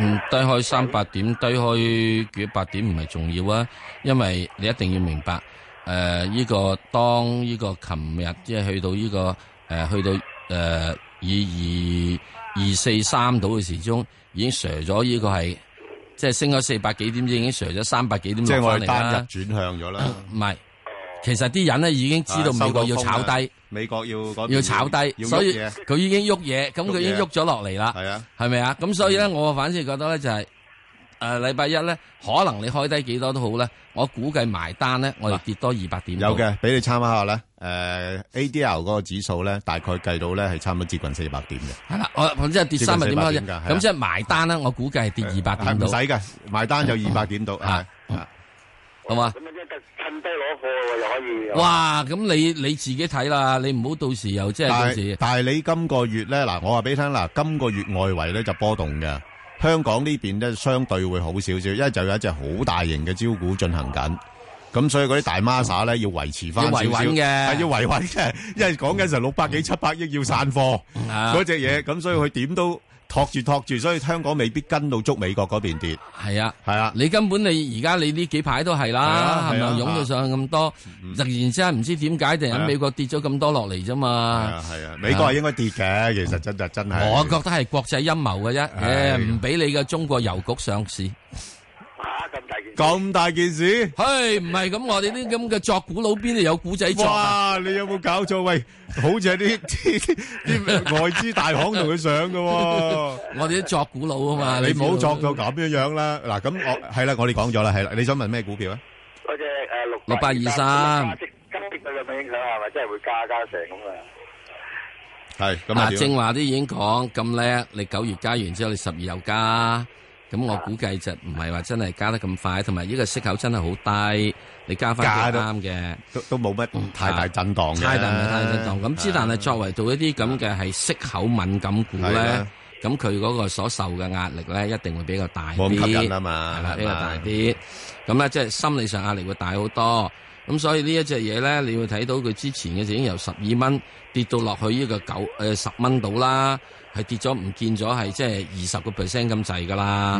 嗯，低開三百點，低開幾百點唔係重要啊，因為你一定要明白，誒、依、個當呢個琴日即係去到呢、個誒、去到誒以二二四三度嘅時鐘，已經瀉咗呢個係即係升咗四百幾點，已經瀉咗三百幾點即係落我翻哋嚟單日啦。轉向咗啦，唔係，其實啲人咧已經知道啊美國要炒，收到風低啦。美國要嗰邊要炒低，要所以喐嘢佢已經喐嘢，咁佢已經喐嘢喐咗落嚟啦，係啊，係咪啊？咁所以咧，我反正覺得咧就係誒禮拜一咧，可能你開低幾多都好咧，我估計埋單咧，我哋跌多二百點。有嘅，，俾你參考下啦。誒，ADR 嗰個指數咧，大概計到咧係差唔多接近四百點嘅。係啦，我我哦即係跌三百點開接啫，近400點㗎係啊咁即係埋單咧，我估計係跌二百係點啊唔到。使嘅，埋單就二百點到，係啊好嘛？啊趁低攞貨喎，又可以。啊啊哇！咁你你自己睇啦，你唔好到時又即係但到係時但係你今個月咧，嗱，我話俾你聽嗱，今個月外圍咧就波動嘅，香港呢邊咧相對會好少少，因為就有一隻好大型嘅招股進行緊。咁所以嗰啲大孖沙咧要維持翻要少維少，穩嘅係要維穩嘅，因為講緊成六百幾七百億要散貨啊嗰只嘢，咁所以佢點都托住托住，所以香港未必跟到足美國嗰邊跌。係啊，係啊，你根本你而家你呢幾排都係係啦啊，係咪係啊湧到上去咁多？突然之間唔知點解，突然係啊間美國跌咗咁多落嚟啫嘛。係啊，美國係應該跌嘅，其實真係真係。我覺得係國際陰謀嘅啫，唉誒唔俾你嘅中國郵局上市，咁大件事。咁大件事，唉，唔係咁，我哋啲咁嘅作古佬邊度有古仔作啊？哇！你有冇搞錯？喂，好似係啲 啲啲外資大行同佢上噶。我哋都 作古佬啊嘛，你唔好知道作到咁樣樣啦。嗱，咁我係啦，我哋講咗啦，係啦。你想問咩股票啊？嗰只誒六六八二三加息加息對佢有冇影響係咪？真係會加加成咁啊？係咁啊嗱，？正話都已經講咁叻，你九月加完之後，你十二又加，咁我估計就唔係話真係加得咁快，同埋呢個息口真係好低，你加加翻得都啱嘅，嗯啊都都冇乜太大震盪嘅，啊太大唔太震盪。咁之但係作為到一啲咁嘅係息口敏感股係咧啊，咁佢嗰個所受嘅壓力咧，一定會比較大冇咁吸啲引啊嘛係啦，係嘛比較大啲。咁咧即係心理上壓力會大好多。咁所以呢一隻嘢咧，你會睇到佢之前嘅就已經由十二蚊跌到落去呢個九誒十蚊度啦，係跌咗唔見咗係即係二十個 percent 咁滯噶啦，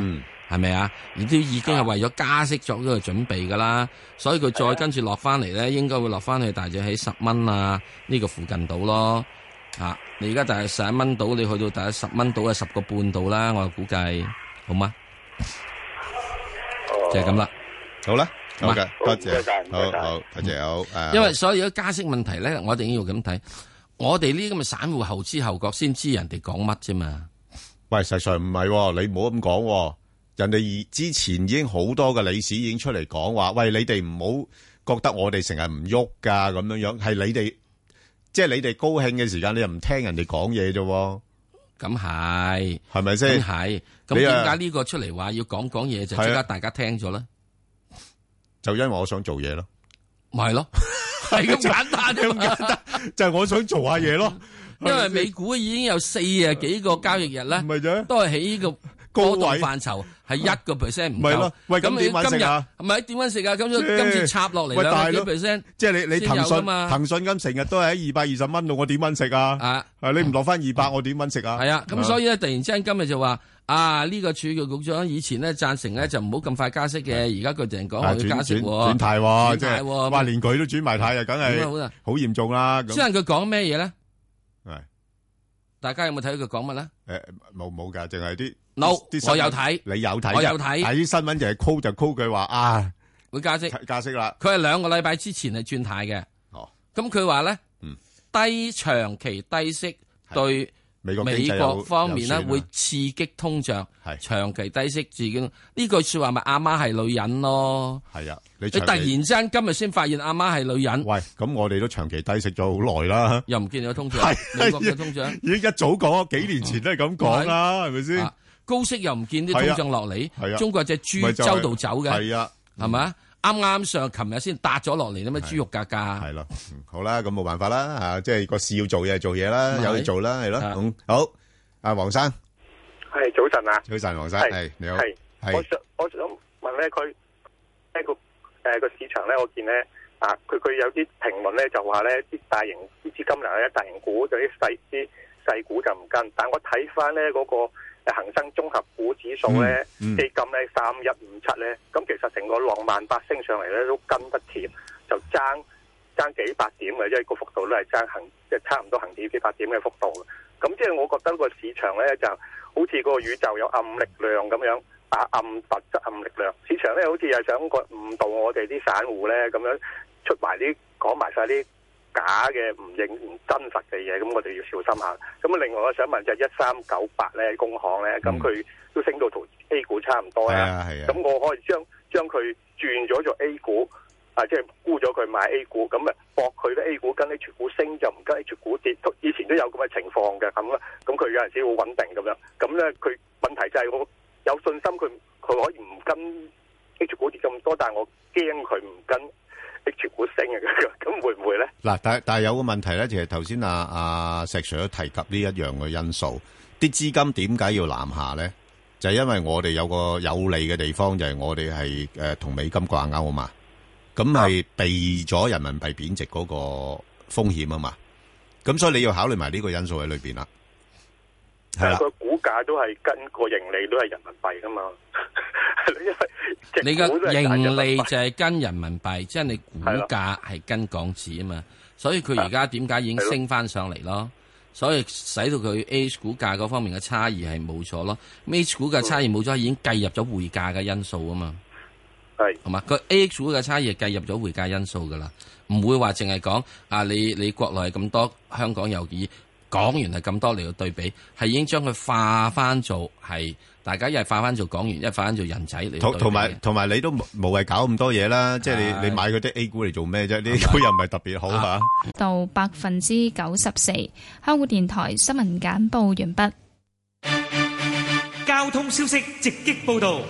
係咪啊？啊亦都已經係為咗加息作咗個準備噶啦，所以佢再跟住落翻嚟咧，應該會落翻去大致喺十蚊啊呢個附近度咯。啊，你而家大係十一蚊度，你去到大概十蚊度啊，十個半度啦，我估計好嗎？就係咁啦。哦好啦，好嘅，好多唔該晒謝，唔該好晒好，多謝好。誒，因為所以如果加息問題咧，我一定要咁睇。我哋呢啲咁嘅散戶後知後覺先知人哋講乜啫嘛。喂，實上唔係喎，你唔好咁講喎。人哋而之前已經好多嘅理事已經出嚟講話，喂，你哋唔好覺得我哋成日唔喐㗎咁樣樣，係你哋即係你哋高興嘅時間，你又唔聽人哋講嘢啫喎。咁係，係咪咁先？係，咁你點啊解呢個出嚟話要講講嘢就係啊即刻大家聽咗咧？就因為我想做嘢咯，咪係咯，係咁簡單啫嘛。就係我想做下嘢 Ờ, 咯。因為美股已經有四啊幾個交易日咧，都係喺呢個高波動位範疇係一個 percent 唔咪夠咯。喂咁你點搵今食日啊係咪點揾食啊？今即係次今次插落嚟喂兩大幾佬 percent，即係你你騰先有㗎訊嘛騰訊咁成日都係喺二百二十蚊度，我點搵食啊？啊，你唔落翻二百，我點搵食啊？係啊，咁所以咧，突然之間今日就話啊，呢、個儲局局長以前咧贊成咧就唔好咁快加息嘅，而家佢突然講話啊，要轉-加息轉-喎，轉態喎，轉態即係，喎哇，連佢都轉埋態啊，梗係咁啊，好啦。好嚴重啦，咁。雖然佢講咩嘢咧？係大家有冇睇佢講乜咧？誒，冇-冇㗎，淨係啲- No，啲新聞。我有睇。你有睇㗎？我有睇。睇新聞就係quote就quote佢話，啊，會加息，加息啦。佢係兩個禮拜之前係轉態嘅。哦，咁佢話咧，嗯低長期低息對美國經濟美有國方面咧有損啊會刺激通脹係，長期低息自己呢句說話咪阿媽係女人咯。係啊，你你長期-突然之間今日先發現阿媽係女人，喂，咁我哋都長期低息咗好耐啦。又唔見有通脹係，啊美國嘅通脹。已經一早講，幾年前都係咁講啦，係咪先？啊高息又唔見啲係啊通脹落嚟，係啊中國只豬咪就係周度走嘅，係啊，係咪啊？啱啱上琴日先搭咗落嚟啦嘛，豬肉價格係咯，嗯好啦，咁冇辦法啦，吓，即係個市要做嘢就做嘢啦，咪係有嘢做啦，係咯，嗯好，阿黃生，係早晨啊，早晨，黃生，係係你好，係我想我想問咧，佢呢個誒個市場咧，我見咧啊，佢佢有啲評論咧就話咧啲大型啲資金流咧，大型股就啲細啲細股就唔跟，但我睇翻咧嗰個恒生綜合股指數咧，嗯嗯基金咧三一五七咧，咁其實成個浪漫八升上嚟咧都跟不貼，就爭爭幾百點嘅，因為個幅度都係爭行即係差唔多恒指幾百點嘅幅度嘅。咁即係我覺得個市場咧就好似個宇宙有暗力量咁樣，啊暗特質暗力量。市場咧好似係想個誤導我哋啲散戶咧咁樣出埋啲講埋晒啲假嘅唔認唔真實嘅嘢，咁我哋要小心下。咁啊另外我想問就係一三九八咧工行咧，咁佢都升到同 A 股差唔多啦。咁、我可以將將佢轉咗做 A 股。啊，即係沽咗佢買 A 股，咁啊搏佢咧 A 股跟 H 股升就唔跟 H 股跌，都以前都有咁嘅情況嘅咁啦。啊咁佢有陣時好穩定咁樣，咁咧佢問題就係我有信心佢佢可以唔跟 H 股跌咁多，但係我驚佢唔跟 H 股升嘅，咁會唔會咧？嗱，但但係有個問題咧，其實頭先阿阿石 Sir 都提及呢一樣嘅因素，啲資金點解要南下咧？就係因為我哋有個有利嘅地方，就係我哋係誒同美金掛鈎啊嘛，咁係避咗人民幣貶值嗰個風險啊嘛，咁所以你要考慮埋呢個因素喺裏邊啦，係啦。個股價都係跟個盈利都係人民幣噶嘛，因為隻你股都嘅係揀盈人民利幣就係跟人民幣，即係你股價係跟港紙啊嘛，所以佢而家點解已經升翻上嚟咯？所以使到佢 H 股價嗰方面嘅差異係冇咗咯咁，H 股價差異冇咗已經計入咗匯價嘅因素啊嘛，系，同埋個 A H 股嘅差異計入咗匯價因素噶啦，唔會話淨係講啊你你國內咁多，香港有以港元係咁多嚟到對比，係已經將佢化翻做係大家一係化翻做港元，一係化翻做人仔嚟到同對比。同埋同埋你都無無謂搞咁多嘢啦，即係係你你買嗰啲 A 股嚟做咩啫？呢啲股又唔係特別好嚇。到百分之九十四。香港電台新聞簡報完畢。交通消息直擊報道。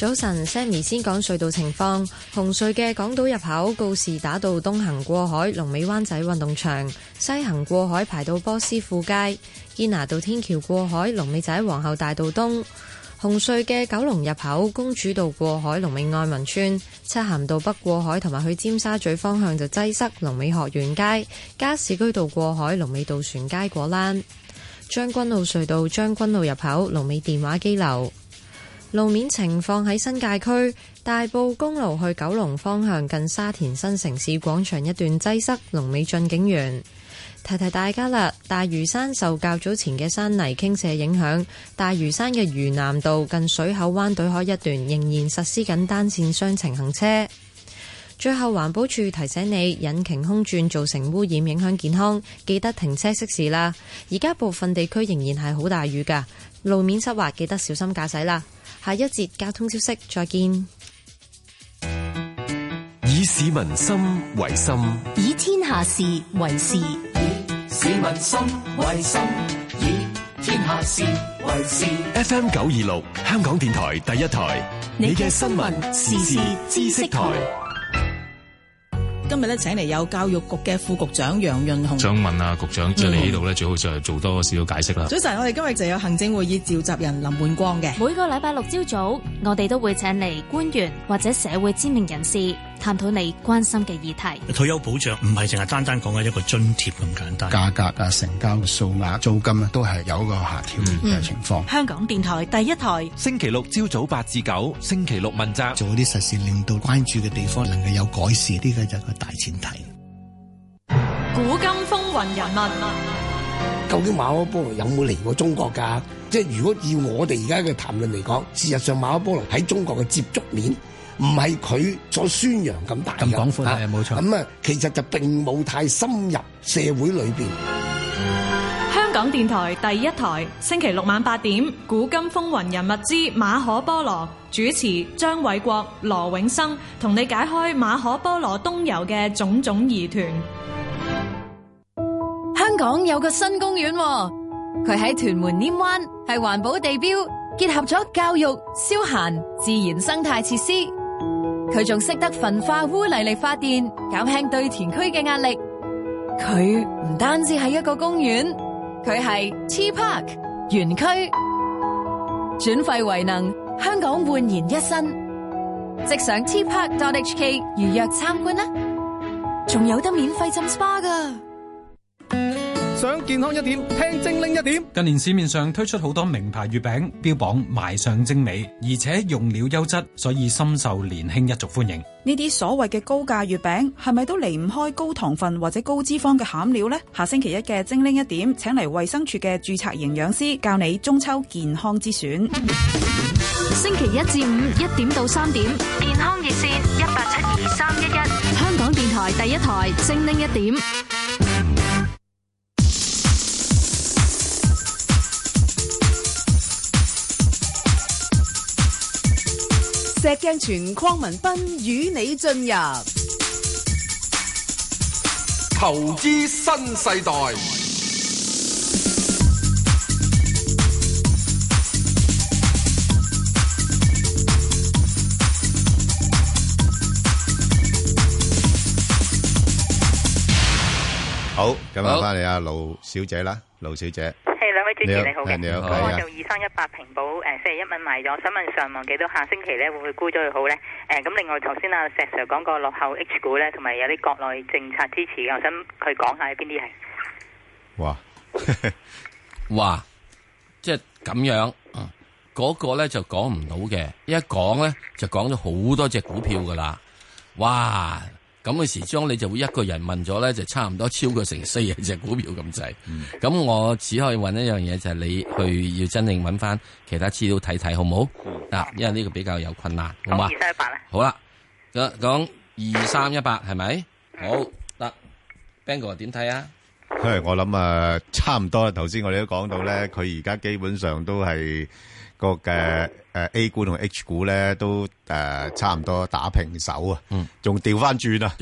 早晨，Sammy 先講隧道情況。紅隧嘅港島入口告士打道東行過海，龍尾灣仔運動場；西行過海排到波斯富街。堅拿道天橋過海，龍尾仔皇后大道東。紅隧嘅九龍入口公主道過海，龍尾愛民村；漆咸道北過海同埋去尖沙咀方向就擠塞，龍尾學園街；加士居道過海，龍尾渡船街果欄；將軍澳隧道將軍澳入口，龍尾電話機樓。路面情況喺新界區大埔公路去九龍方向近沙田新城市廣場一段擠塞，龍尾進景園。提提大家啦，大嶼山受較早前嘅山泥傾瀉影響，大嶼山嘅嶼南道近水口灣對開一段仍然實施緊單線雙程行車。最後，環保署提醒你，引擎空轉造成污染，影響健康，記得停車熄匙啦。而家部分地區仍然係好大雨㗎，路面濕滑，記得小心駕駛啦。下一節交通消息，再見。以市民心為心，以天下事為事，市民心為心，以天下事為事。 FM 九二六，香港電台第一台，你嘅新聞時事知識台。今日咧請嚟有教育局嘅副局長楊潤雄。想問啊，局長，即係你呢度咧，最好就係做多少少解釋啦。早晨，我哋今日就有行政會議召集人林煥光嘅。每個禮拜六朝早，我哋都會請嚟官員或者社會知名人士探討你關心嘅議題。退休保障唔係淨係單單講緊一個津貼咁簡單，價格啊、成交嘅數額、租金啊，都係有一個下調嘅情況。香港電台第一台，星期六朝早八至九，星期六問責，做啲實事，令到關注嘅地方能夠有改善，呢個就係個大前提。古今風雲人物。究竟馬可波羅有冇嚟過中國㗎？即係如果以我哋而家嘅談論嚟講，事實上馬可波羅喺中國嘅接觸面唔係佢所宣揚咁大咁廣廣闊啊係冇錯咁啊，其實就並冇太深入社會裏邊。香港電台第一台，星期六晚八點，《古今風雲人物之馬可波羅》，主持張偉國、羅永生，同你解開馬可波羅東遊嘅種種疑團。香港有個新公園喎，佢喺屯門稔灣，係環保地標，結合咗教育、消閒、自然生態設施。佢仲識得焚化污泥力發電，減輕對田區嘅壓力。佢唔單止係一個公園，佢係 T Park 園區，轉廢為能，香港煥然一新。即上 T Park HK 預約參觀啦，仲有得免費浸 SPA 噶。想健康一點，聽精靈一點。近年市面上推出好多名牌月餅，標榜賣相精美，而且用料優質，所以深受年輕一族歡迎。呢啲所謂嘅高價月餅係咪都離唔開高糖分或者高脂肪嘅餡料呢？下星期一嘅精靈一點，請嚟衛生署嘅註冊營養師教你中秋健康之選。星期一至五一點到三點，健康熱線一八七二三一一，香港電台第一台，精靈一點。石鏡泉邝文斌與你進入投資新世代，好，咁啊，翻嚟阿盧小姐啦，盧小姐，係兩位主持你好你好嘅，你好咁係啊我就二三一八平保誒四十一蚊賣咗，想問上望幾多？下星期咧會唔會沽咗佢好咧？誒咁另外頭先阿石 Sir 講過落後 H 股咧，同埋有啲國內政策支持嘅，我想佢講下有邊啲係。哇 哇，即係咁樣，嗯嗰、個咧就講唔到嘅，一講咧就講咗好多隻股票噶啦。哇，咁嘅時鐘你就會一個人問咗咧，就差唔多超過成四隻股票咁滯。咁、我只可以揾一樣嘢，就係、你去要真正揾翻其他資料睇睇，好唔好？嗱、因為呢個比較有困難，好嘛？嗯二三一八咧，好啦，講講二三一八係咪？好得 b a n g o 點睇啊？因為我諗，呃，差唔多，頭先我哋都講到呢，佢而家基本上都係個嘅，呃，A 股同 H 股呢，都，呃，差唔多打平手啊，仲調返轉啊。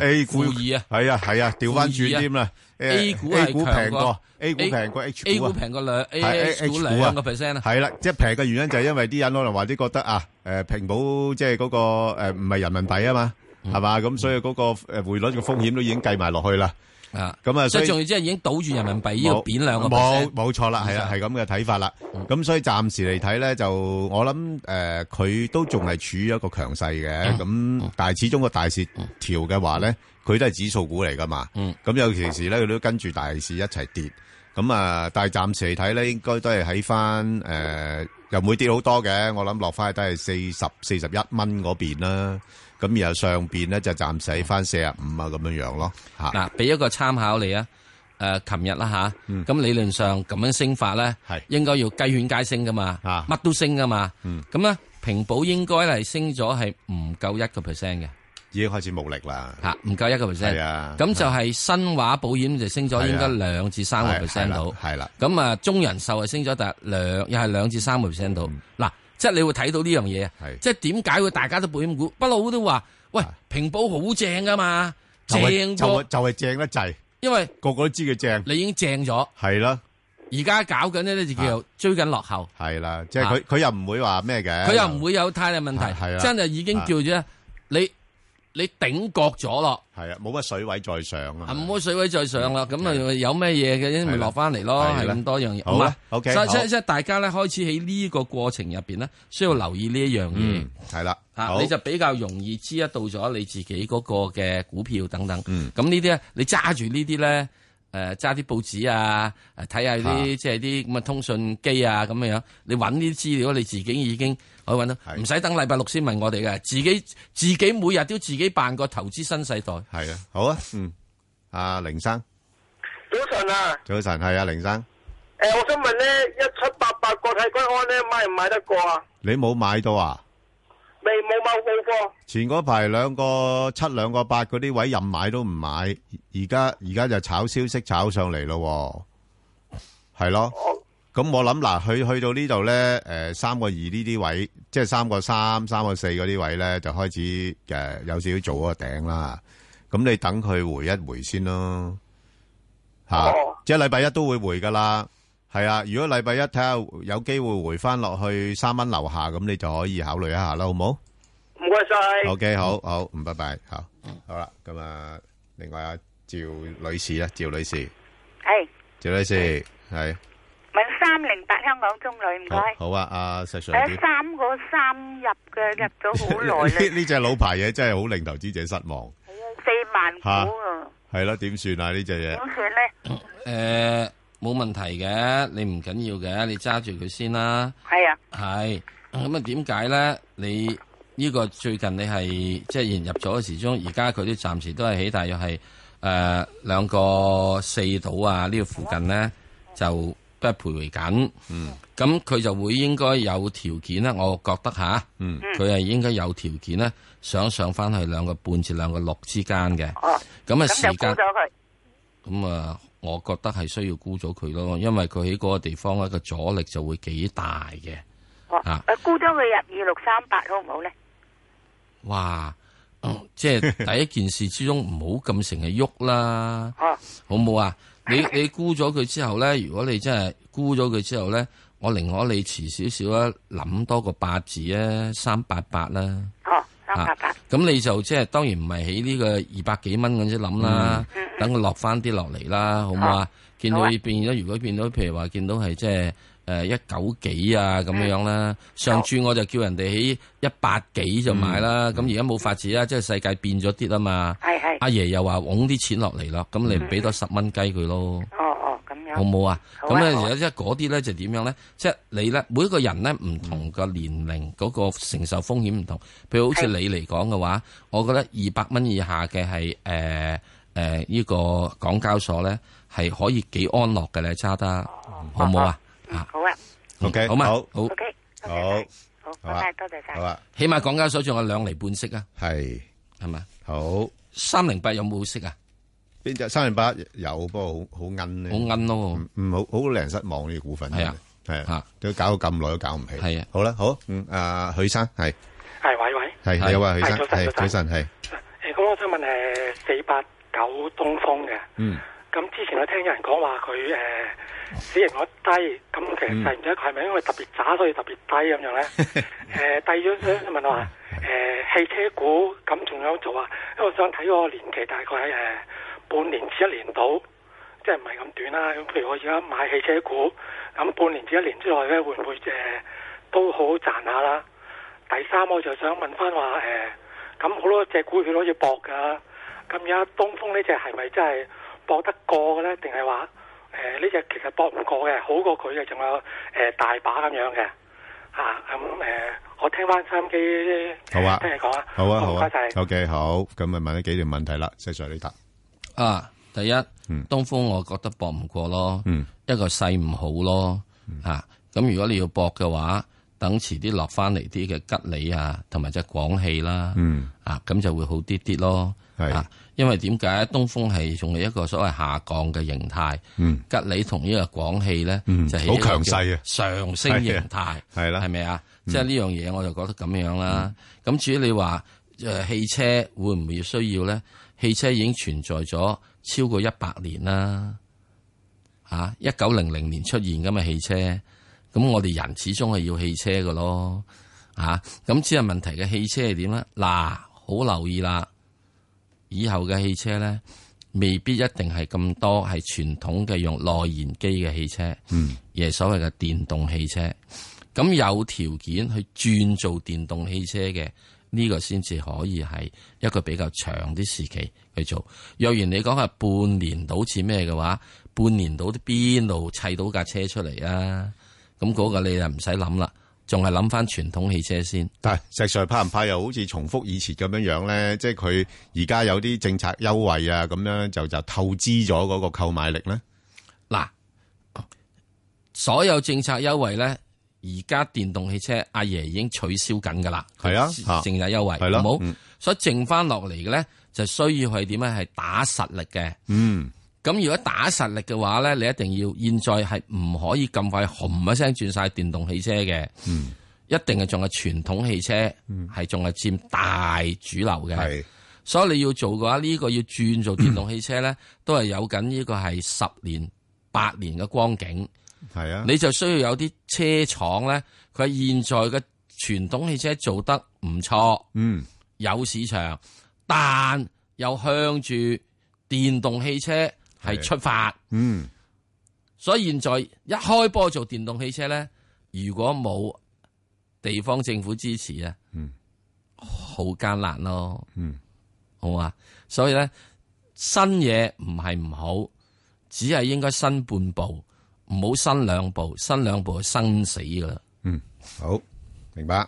A 股-係啊，係啊，調返轉添啦，呃， A 股 A 係股強平過過 A 股 A- 平過 H 股啊 A 股平過兩 A- 係， A- H H 股股啊。兩個 percent 啊。係啦，即係平嘅原因就係因為啲人可能話啲覺得，啊，呃，平保即係嗰個，呃，唔係人民幣啊嘛，嗯係嘛？咁所以嗰個，呃，匯率嘅風險都已經計埋落去啦。咁啊，所以所以仲要即係已經倒住人民幣呢個冇-貶兩個 percent 嗯冇-。冇錯啦，係啊，係咁嘅睇法啦。咁所以暫時嚟睇呢，就我諗，呃，佢都仲係處於一個強勢嘅，嗯咁但係始終個大市調嘅話呢，佢都係指數股嚟㗎嘛，嗯咁尤其是呢，佢都跟住大市一齊跌，咁啊，但係暫時嚟睇呢，應該都係喺返，呃，又唔會跌好多嘅，我諗落返去都係40 41蚊嗰邊啦，咁然後上邊呢，就暫時喺返45啊咁樣樣咯，嚇。嗱，俾一個參考你啊。誒，琴日啦吓，嗯咁理論上咁樣升法咧，應該要雞犬皆升噶嘛，啊乜都升噶嘛。嗯咁咧，平保應該係升咗係唔夠一個 percent 嘅，已經開始無力啦。嚇，唔夠一個係 percent。啊咁就係新華保險就升咗應該兩至三個 percent 到。係啦。咁啊，中人壽係升咗，但係兩又係兩至三個 percent 度。嗯嗱，即係你會睇到呢樣嘢啊，即係點解會大家都保險股不嬲都話，喂，啊平保好正噶嘛，就係正就過係就係正得滯，因為個個都知佢正，你已經正咗，係啦。啊而家搞緊呢，就叫做追緊落後，啊係啦，即係佢佢又唔會話咩嘅，佢又唔會有太大問題係係，啊真係已經叫咗你你頂角咗咯，係啊，冇乜水位再上啊。唔好水位再上啦，咁啊有咩嘢嘅，咪落翻嚟咯，係係啦咁多樣嘢。好啦唔係 OK，所以好所以所以大家咧開始喺呢個過程入邊咧，需要留意呢一樣嘢嗯。係啦，啊，好你就比較容易知得到咗你自己嗰個嘅股票等等。咁嗯呢啲咧，你揸住呢啲咧，誒揸啲報紙啊，誒睇下啲啊即係啲咁嘅通訊機啊咁樣樣，你揾呢啲資料，你自己已經可以揾到，唔使等禮拜六先問我哋嘅，自己自己每日都自己辦個投資新世代。係啊，好啊，嗯，阿凌生，早晨啊，早晨，係啊，凌生，诶、我想問咧，一七八八國泰君安咧買唔買得過啊？你冇買到啊？未冇冇冇貨，前嗰排兩個七兩個八嗰啲位任買都唔買，而家而家就炒消息炒上嚟咯喎，係咯。咁我諗嗱，佢去到呢度咧，誒、三個二呢啲位，即係三個三、三個四嗰啲位咧，就開始誒、有少少做嗰個頂啦。咁你等佢回一回先咯，嚇、即係禮拜一都會回噶啦。係啊，如果禮拜一睇下有機會回翻落去三蚊樓下，咁你就可以考慮一下啦，好唔好？唔該晒。 OK，好好，唔拜拜，好，好啦，咁啊，另外阿趙女士啦，趙女士，系趙女士係咪三零八香港中旅唔好該，好啊，阿石 Sir，誒點三個三入嘅入咗好 耐啦，呢呢只老牌嘢真係好令投資者失望，四萬 股啊，係咯，點算啊呢只嘢？點算咧？嗯誒冇問題嘅，你唔緊要嘅，你揸住佢先啦。係啊，係咁啊？點解咧？你呢個最近你係即係引入咗嘅時鐘，而家佢都暫時都係起大約係誒兩個四度啊呢個附近咧就不徘徊緊。嗯，咁佢就會應該有條件咧，我覺得吓，嗯，佢係應該有條件咧，想上翻去兩個半至兩個六之間嘅。哦，咁啊時咁就沽間咗。佢，咁啊，我覺得係需要沽咗佢咯，因為佢喺嗰個地方咧個阻力就會幾大嘅。啊，誒沽咗佢入二六三八好唔好咧？哇！嗯即係第一件事之中唔好咁成日喐 啦，好冇啊？你你沽咗佢之後咧，如果你真係沽咗佢之後咧，我寧可你遲少少啊，諗多個八字啊，三八八啦。啊哦，三八八，咁你就即係當然唔係喺呢個二百幾蚊咁先諗啦，等佢落翻啲落嚟啦，好唔好啊好？見到嗯好啊變咗，如果變到譬如話見到係即係誒一九幾啊咁嗯樣啦，上轉我就叫人哋喺一百幾就買啦，咁而家冇法子啊啦，即係世界變咗啲啊嘛。嗯係係嗯阿爺又話拱啲錢落嚟咯，咁你俾多十蚊雞佢咯。哦哦咁樣，好唔好啊？好啊咁咧，好啊而家即係嗰啲咧就點樣咧？即係你咧，每一個人咧嗯唔同嘅年齡嗰個承受風險唔同。譬如好似你嚟講嘅話，我覺得二百蚊以下嘅係誒誒呢個港交所咧係可以幾安樂嘅咧揸哦得，好唔好啊？啊好啊，OK，好嘛，好好，OK，好，好，好啊拜拜，多謝晒。好啊，起碼港交所仲有兩厘半息啊，係係咪？好，三零八有冇息啊？边只三零八有，不過好好奀咧，好奀咯，唔好好令人失望呢個股份，係啊，系啊，都搞咗咁耐都搞唔起，係啊，好啦，好，嗯，阿許生係系喂喂，係你有啊，許係生早晨早係晨。許生係，诶，咁我想問诶，四八九東風嘅，嗯，咁之前我聽有人講話佢诶市盈率低，咁其嗯實係唔知係咪因為特別渣所以特別低咁樣 咧？诶，第二張想問我話，诶汽車股咁仲有做啊？因為我想睇個年期大概係诶半年至一年到。即係唔係咁短啦？咁譬如我而家買汽車股，咁半年至一年之內咧，會唔會誒、呃都好好賺下啦？第三，我就想問翻話誒，呃咁、好多隻股票都要搏㗎，咁而家東風呢只係咪真係搏得過嘅咧？定係話誒呢只其實搏唔過嘅，好過佢嘅，仲有誒、呃大把咁樣嘅嚇。啊咁、誒、我聽翻收音機好啊聽你講啊，好啊，好唔啊該晒。 ，OK，好，咁咪問咗幾條問題啦，石 Sir 你答，啊，第一，嗯東風我覺得搏唔過咯，一個勢唔好咯，嗯啊，咁如果你要搏嘅話，等遲啲落翻嚟啲嘅吉利啊，同埋只廣汽啦，嗯，啊，咁就會好啲啲咯，係啊，因為點解東風係仲係一個所謂下降嘅形態，嗯，吉利同呢個廣汽咧，嗯就係一個好強勢啊叫上升形態，係啦，嗯係咪啊？即係呢樣嘢，我就覺得咁樣啦。咁、至於你話誒、呃汽車會唔會需要咧？汽車已經存在咗超過一百年啦，嚇一九零零年出現噶嘛汽車。咁我哋人始終係要汽車嘅咯，嚇、咁只係問題嘅汽車係點咧？嗱，好留意啦，以後嘅汽車咧。未必一定係咁多係傳統嘅用內燃機嘅汽車，嗯，而係所謂嘅電動汽車。咁有條件去轉做電動汽車嘅呢、個先至可以係一個比較長啲時期去做。若然你講係半年到似咩嘅話，半年到啲邊度砌到架車出嚟啊？咁嗰個你就唔使諗啦，仲係諗翻傳統汽車先。但係石 Sir 怕唔怕又好似重複以前咁樣樣咧？即係佢而家有啲政策優惠啊，咁樣就就透支咗嗰個購買力咧？嗱，所有政策優惠咧，而家電動汽車阿爺已經取消緊㗎啦。係啊嚇政策優惠係咯好冇嗯？所以剩翻落嚟嘅咧，就需要係點咧？係打實力嘅。嗯，咁如果打實力嘅話咧，你一定要現在係唔可以咁快紅一聲轉晒電動汽車嘅。嗯，一定係仲係傳統汽車，係仲係佔大主流嘅。所以你要做嘅話，呢、個要轉做電動汽車嗯咧，都係有緊呢個係十年、八年嘅光景。係啊，你就需要有啲車廠咧，佢係現在嘅傳統汽車做得唔錯，嗯，有市場，但又向住電動汽車係出發。嗯，所以現在一開波做電動汽車咧，如果冇地方政府支持啊，嗯，好艱難咯，嗯，好啊，所以咧新嘢唔係唔好，只係應該新半步，唔好新兩步，新兩步就生死噶啦。嗯，好，明白，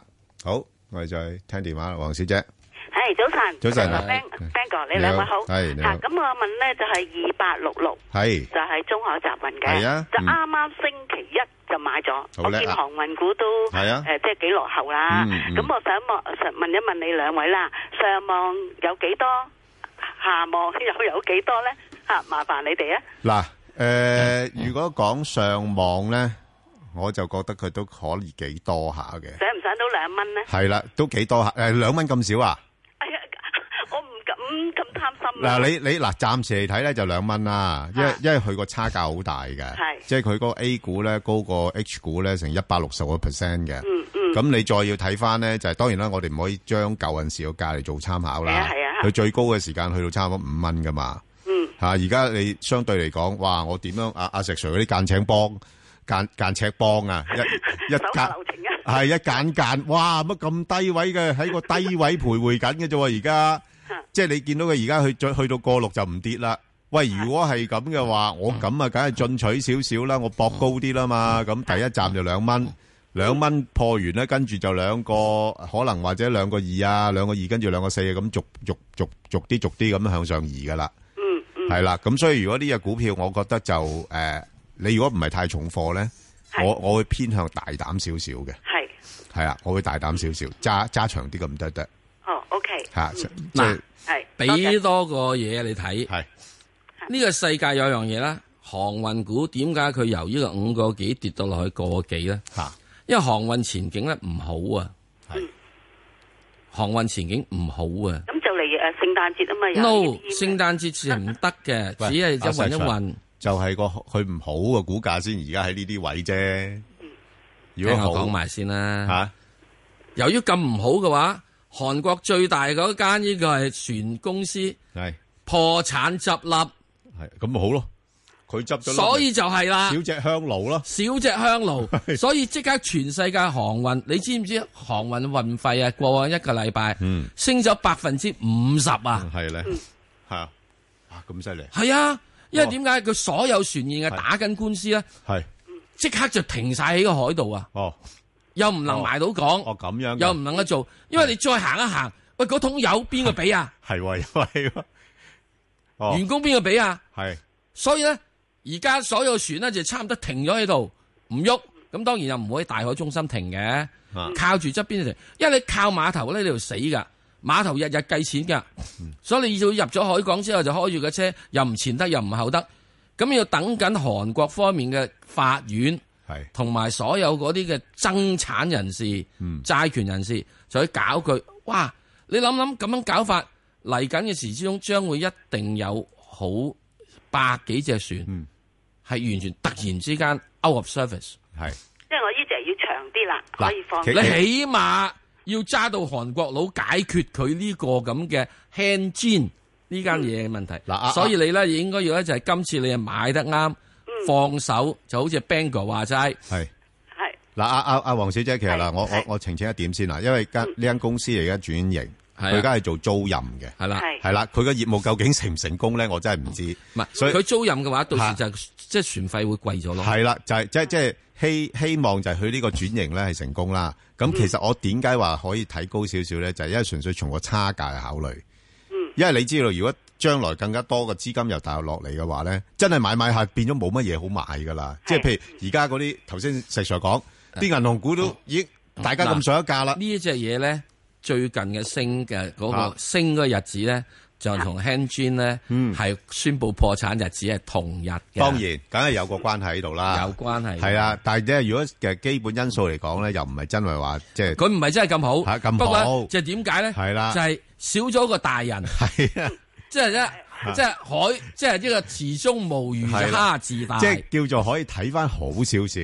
好，我哋再聽電話啦，黃小姐，系早晨，早晨，Bang Bang 哥，你兩位好，係你好啊咁我問咧就係二八六六，係就係中海集運嘅，係啊就嗯啱啱星期一就買咗，好我叻啊見航運股都係啊誒即係幾落後啦嗯嗯，咁我想望想問一問你兩位啦，上望有幾多，下望又有幾多咧？嚇，麻煩你哋啊！嗱，诶，如果講上網咧，我就覺得佢都可以幾多下嘅，想唔想到兩蚊咧？係啦，都幾多下，诶，兩蚊咁少啊？我唔敢咁貪心啊嗱，你你嗱，暫時嚟睇咧就兩蚊啦，因為因為佢個差價好大嘅，係即係佢嗰個 A 股咧高過 H 股咧成一百六十個 percent 嘅，嗯嗯咁你再要睇翻咧就係當然啦，我哋唔可以將舊陣時個價嚟做參考係啦啊係啊，佢最高嘅時間去到差唔多五蚊噶嘛，嗯 嚇而家你相對嚟講，哇，我點樣啊阿石 Sir 嗰啲間請幫間間尺幫啊，一一間係一間間，哇乜咁低位嘅喺個低位徘徊緊嘅啫喎，而家。即係你見到佢而家去再去到過六就唔跌啦，喂，如果係咁嘅話，我咁啊，梗係進取少少啦，我搏高啲啦嘛。咁第一站就兩蚊，兩蚊破完咧，跟住就兩個可能或者兩個二啊，兩個二跟住兩個四啊，咁逐逐逐逐啲逐啲咁向上移噶啦。嗯嗯，係啦，咁所以如果呢只股票，我覺得就誒、呃你如果唔係太重貨咧，我我會偏向大膽少少嘅。係係啦，我會大膽少少，揸揸長啲咁得得哦，OK，嚇。即嗱係係俾多個嘢你睇。系呢個世界有樣嘢啦，航運股點解佢由呢個五個幾跌到落去個幾咧？吓，因為航運前景咧唔好啊。系航運前景唔好啊。咁就嚟誒聖誕節啊嘛，有 no，聖誕節是唔得 嘅，只係一運一運。，就係個佢唔好嘅股價先，而家喺呢啲位啫。如果聽我好講埋先啦。嚇，由於咁唔好嘅話，韓國最大嗰間呢個係船公司係破產執笠，係咁咪好咯。佢執咗，所以就係啦少隻香爐咯。少隻 香爐，所以即刻全世界航運，你知唔知航運運費啊？過往一個禮拜升咗百分之五十啊！嗯係咧，嚇哇咁犀利，哦係啊，因為點解佢所有船員啊打緊官司咧，係即刻就停晒喺個海度啊！哦，又唔能埋到港，哦咁樣㗎又唔能夠做，因為你再行一行，喂嗰桶油邊個俾啊？係喎，又係喎。哦員工邊個俾啊？係所以咧，而家所有船咧就差唔多停咗喺度，唔喐。咁當然又唔可以大海中心停嘅，啊靠住側邊就停，因為你靠碼頭咧，你就死噶。碼頭日日計錢噶，嗯所以你要入咗海港之後就開住個車，又唔前得又唔後得，咁要等緊韓國方面嘅法院，同埋所有嗰啲嘅爭產人士、債權人士，就去搞佢。哇！你諗諗咁樣搞法嚟緊嘅時之中，將會一定有好百幾隻船，係、完全突然之間 out of service。係即係我呢隻要長啲啦，可以放。你起碼要揸到韓國佬解決佢呢個咁嘅 hand gin 呢間嘢嘅問題。啊所以你咧應該要咧就係今次你係買得啱，嗯放手就好似 Bang 哥話齋。係。嗱，阿阿阿黃小姐，其實嗱，我我我澄清一點先啦，因為間呢間公司而家轉型，佢而家係做租賃嘅，啊係啦係係啦，佢嘅業務究竟成唔成功咧，我真係唔知。唔係，佢租賃嘅話，啊到時就即係船費會貴咗咯。係啦，就係即係即係希希望就係佢呢個轉型咧係成功啦。嗯咁其實我點解話可以睇高少少咧，就係因為純粹從個差價考慮。嗯因為你知道，如果將來更加多嘅資金由大陸落嚟嘅話咧，真係買買下變咗冇乜嘢好買噶啦。即係譬如而家嗰啲頭先石 Sir 講，啊啲銀行股都已經大家咁上一價啦。呢一隻嘢咧，最近嘅升嘅嗰啊嗯個升嘅日子咧，就同 Hand Gin 咧係宣布破產日子係同日嘅。當然，梗係有個關係喺度啦，有關係係啊啦。但係即係如果嘅基本因素嚟講咧，又唔係真係話即係佢唔係真係咁好，係咁不過好呢就係點解咧？係啦就係少咗個大人，係啊，即係咧，即係海，即係呢個池中無魚係就啦蝦自大。即係叫做可以睇翻好少少，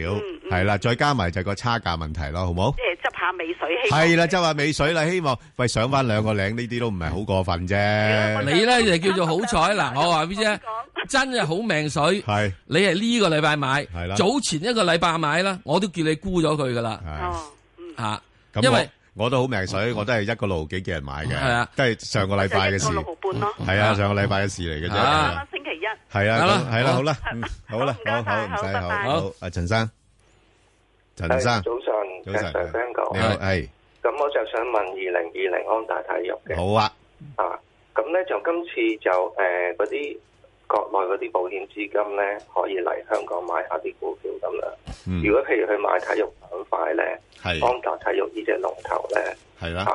係啦。再加埋就係個差價問題咯，好冇即？係執下尾水希望係啦，即係話尾水啦，希望喂上翻兩個領呢啲都唔係好過分啫。你咧就叫做好彩 嗱，我話俾你知，真係好命水。係你係呢個禮拜買，啦早前一個禮拜買啦，我都叫你沽咗佢噶啦。吓，咁因為我我都好命水，我都係一個六幾叫人買嘅，係啊都係上個禮拜嘅事，就一個六毫半咯係啊，上個禮拜嘅事嚟嘅啫。啱啱星期一。係啊，好啦咁係啦，好好啦，嗯好啦，好好唔使好好，阿陳生，陳生，早晨，早晨石 Sir，Ben 哥你好，係咁我就想問二零二零安大體育嘅好啊，啊，咁咧就今次就誒嗰啲國內嗰啲保險資金咧，可以嚟香港買下啲股票咁樣。嗯如果譬如去買體育板塊咧，係安大體育呢只龍頭咧，係啦，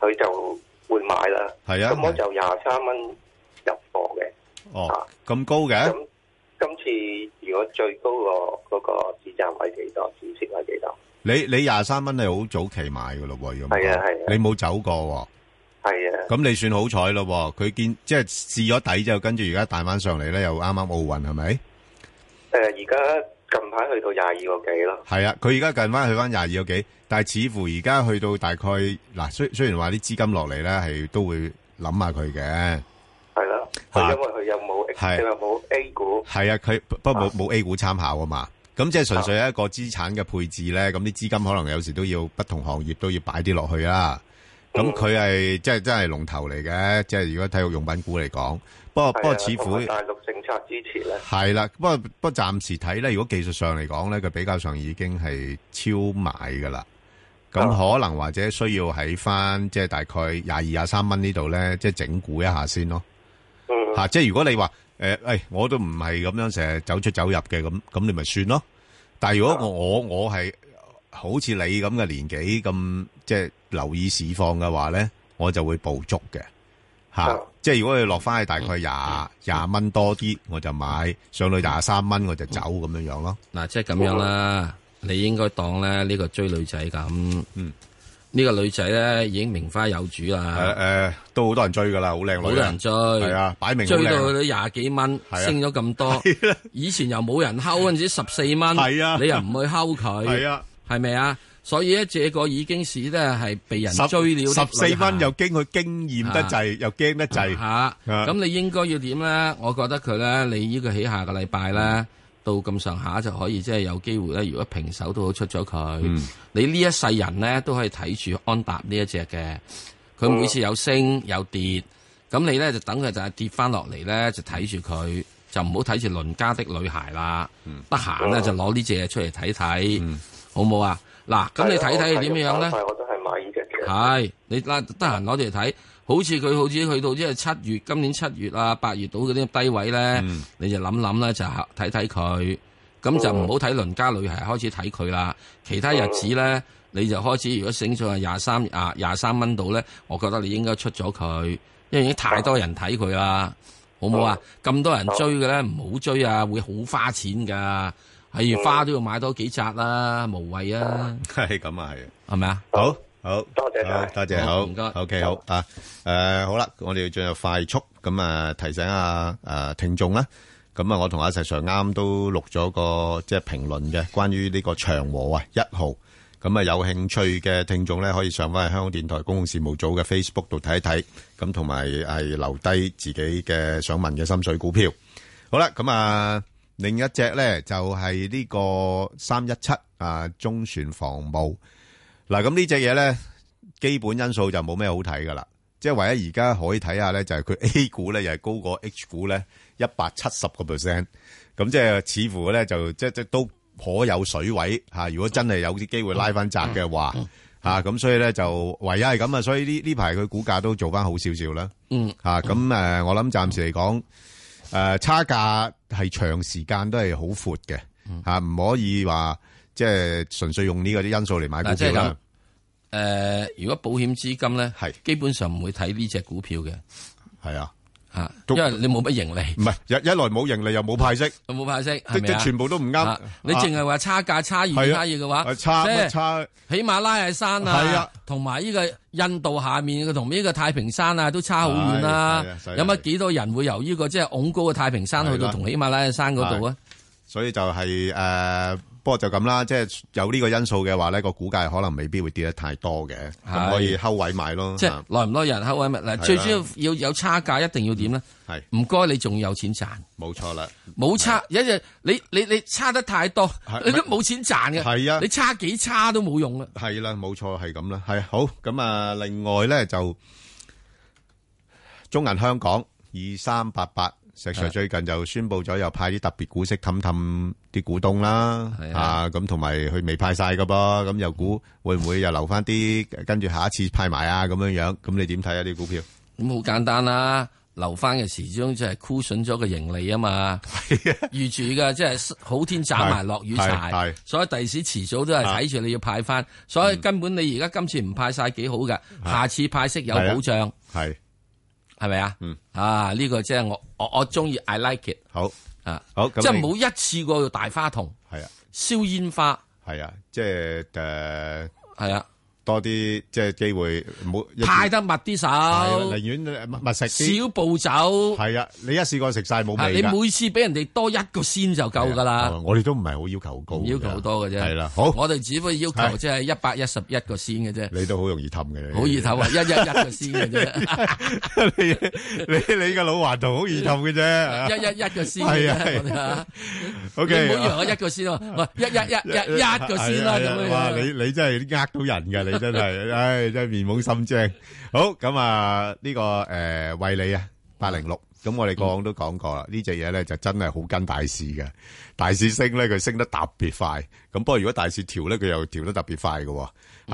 佢就會買啦。係啊咁我就廿三蚊入貨嘅。哦，咁高嘅，今次如果最高個嗰個市站位幾多，止蝕位幾多？你你廿三蚊係好早期買嘅咯喎，如果唔係啊係啊你冇走過喎。係啊，咁你算好彩咯喎，佢見即係試咗底之後，跟住而家彈翻上嚟咧，又啱啱奧運係咪？誒呃而家近排去到廿二個幾咯。係啊，佢而家近翻去翻廿二個幾，但係似乎而家去到大概嗱，雖雖然話啲資金落嚟咧，係都會諗下佢嘅。係啦，嚇佢因為佢有冇係佢有冇 A 股，係啊，佢不不過冇冇 A 股參考啊嘛，咁即係純粹啊一個資產嘅配置咧，咁啲資金可能有時都要不同行業都要擺啲落去啦。啊咁佢係即係真係龍頭嚟嘅，即係如果體育用品股嚟講。不過不過，似乎啊同埋大陸政策支持咧，係啦，不過不過暫時睇咧，如果技術上嚟講咧，佢比較上已經係超買噶啦。咁可能或者需要喺翻即係大概廿二廿三蚊呢度咧，即係整固一下先咯。吓、即係如果你話诶诶，我都唔係咁樣成日走出走入嘅，咁咁你咪算咯。但係如果我我我係好似你咁嘅年紀咁，即係留意市況嘅話咧，我就會捕捉嘅。吓、即係如果佢落翻去大概廿廿蚊多啲，我就買；上到廿三蚊我就走咁樣樣咯。嗱，即係咁樣啦，你應該當咧呢個追女仔咁。嗯，呢個女仔咧已經名花有主啦。誒誒，都好多人追噶啦，好靚女。好多人追，係啊，擺明好追靚到佢廿幾蚊，係啊啊升咗咁 多。以前又冇人睺嗰陣時十四蚊，係啊你又唔去睺佢，係啊，係咪啊？所以咧，這個已經是咧係被人十追了的十四女孩蚊又驚佢經驗得滯，又驚得滯。吓，啊咁你應該要點咧？我覺得佢咧，你呢個起下個禮拜嗯咧，到咁上下就可以即係有機會咧。如果平手都好出咗佢，嗯你呢一世人咧都可以睇住安踏呢一隻嘅，佢每次有升有跌，咁你咧就等佢就係跌翻落嚟咧，就睇住佢。就唔好睇住鄰家的女孩啦，嗯得閒咧就攞呢只嘢出嚟睇睇，好唔好啊？嗱，咁你睇睇係點樣咧？我都係買呢只嘅。系你啦，得閒攞嚟睇，好似佢好似去到即係七月，今年七月啊、八月到嗰啲低位咧，嗯你就諗諗啦，就睇睇佢，咁哦就唔好睇鄰家女孩開始睇佢啦。其他日子咧，你就開始如果升上去廿三啊廿三蚊度咧，我覺得你應該出咗佢，因為已經太多人睇佢啦，好唔好啊？咁多人追嘅咧，唔好追啊，會好花錢㗎，係花都要買多幾扎啦，無謂啊。係咁啊，係係咪啊？好，好，多謝好，多謝，好，唔該 OK，好啊，誒，好啦，我哋進入快速咁啊，提醒下誒聽眾啦。咁啊，我同阿石 Sir 啱都錄咗個即係評論嘅，關於呢個長和啊一號。咁啊，有興趣嘅聽眾咧，可以上翻去香港電台公共事務組嘅 Facebook 度睇一睇，咁同埋係留低自己嘅想問嘅心水股票。好啦，咁啊，另一隻咧就係、呢個三一七啊，中船防務。嗱，咁呢只嘢咧，基本因素就冇咩好睇噶啦。即係唯一而家可以睇下咧，就係佢 A 股咧又係高過 H 股咧一百七十個 percent，咁即係似乎咧就即即都頗有水位嚇、如果真係有啲機會拉翻窄嘅話嚇，咁、所以咧就唯一係咁啊。所以呢呢排佢股價都做翻好少少啦。嗯嚇咁誒，我諗暫時嚟講，誒、呃差價係長時間都係好闊嘅嗯嚇，唔、可以話即係純粹用呢個啲因素嚟買嗱，股即票係啦咁。。誒、如果保險資金咧，係基本上唔會睇呢只股票嘅，係啊，嚇，因為你冇乜盈利，唔係一一來冇盈利又冇派息，冇派息，即係咪即啊全部都唔啊啱。你淨係話差價差異係啊差異嘅話，啊差即係乜差喜馬拉雅山係啊啊，同埋呢個印度下面嘅同呢個太平山啊，都差好遠啦係係啊係。啊有乜幾多人會由呢個即係拱高嘅太平山去係到啦同喜馬拉雅山嗰度啊？所以就係、呃不過就咁啦，即係有呢個因素嘅話咧，個股價可能未必會跌得太多嘅，咁係可以睺位買咯。即係啊耐唔耐人口位物嗱，啦最主要要有差價，一定要點咧？係唔該，你仲有錢賺。冇錯啦，冇差，有一隻你你你差得太多，你都冇錢賺嘅。係啊你差幾差都冇用啦。係啦，冇錯係咁啦，係啊好咁啊。另外咧就中銀香港二三八八，石係 Sir 最近就宣布咗又派啲特別股息氹氹啲股東啦，啊咁同埋佢未派晒噶噃，咁又估會唔會又留翻啲跟住下一次派埋啊咁樣樣？咁你點睇啊啲股票？咁好簡單啦，留翻嘅時鐘就係箍筍咗個盈利啊嘛。預住噶，即係好天斬埋落雨啊係柴係，啊嗯所以第時遲早都係睇住你要派翻。所以根本你而家今次唔派晒幾好噶，下次派息有保障。啊係啊嗯係咪啊？啊，呢個即係我我我中意，I like it。好啊，好咁即係你冇一次過要大花筒。係啊，燒煙花。係啊，即係誒係啊，多啲即係機會唔好一派得密啲手，係啊寧願密密食啲少步走。係啊，你一試過食晒冇啊味你㗎哎每次俾人哋多一個先就夠㗎啦。我哋都唔係好要求高㗎，要求好多嘅啫。係啦，好，我哋只不過要求係即係一百一十一個先嘅啫。你都好容易氹嘅，你好 易唞啊，一一一個先嘅啫，你你個老顽童好易氹嘅啫，啊一一一個先係嘅啊係啫啊。我 O 哋 K，你唔好以為我一個先喎，我一一一一一個先啦咁樣啊哇！你樣。你真係呃到人㗎，你真係，唉，真係面懵心精。好，咁啊，呢個诶惠理啊，八零六，咁我哋過往都講過啦，呢只嘢咧就真係好跟大市嘅，大市升咧佢升得特別快，咁不過如果大市調咧佢又調得特別快嘅喎，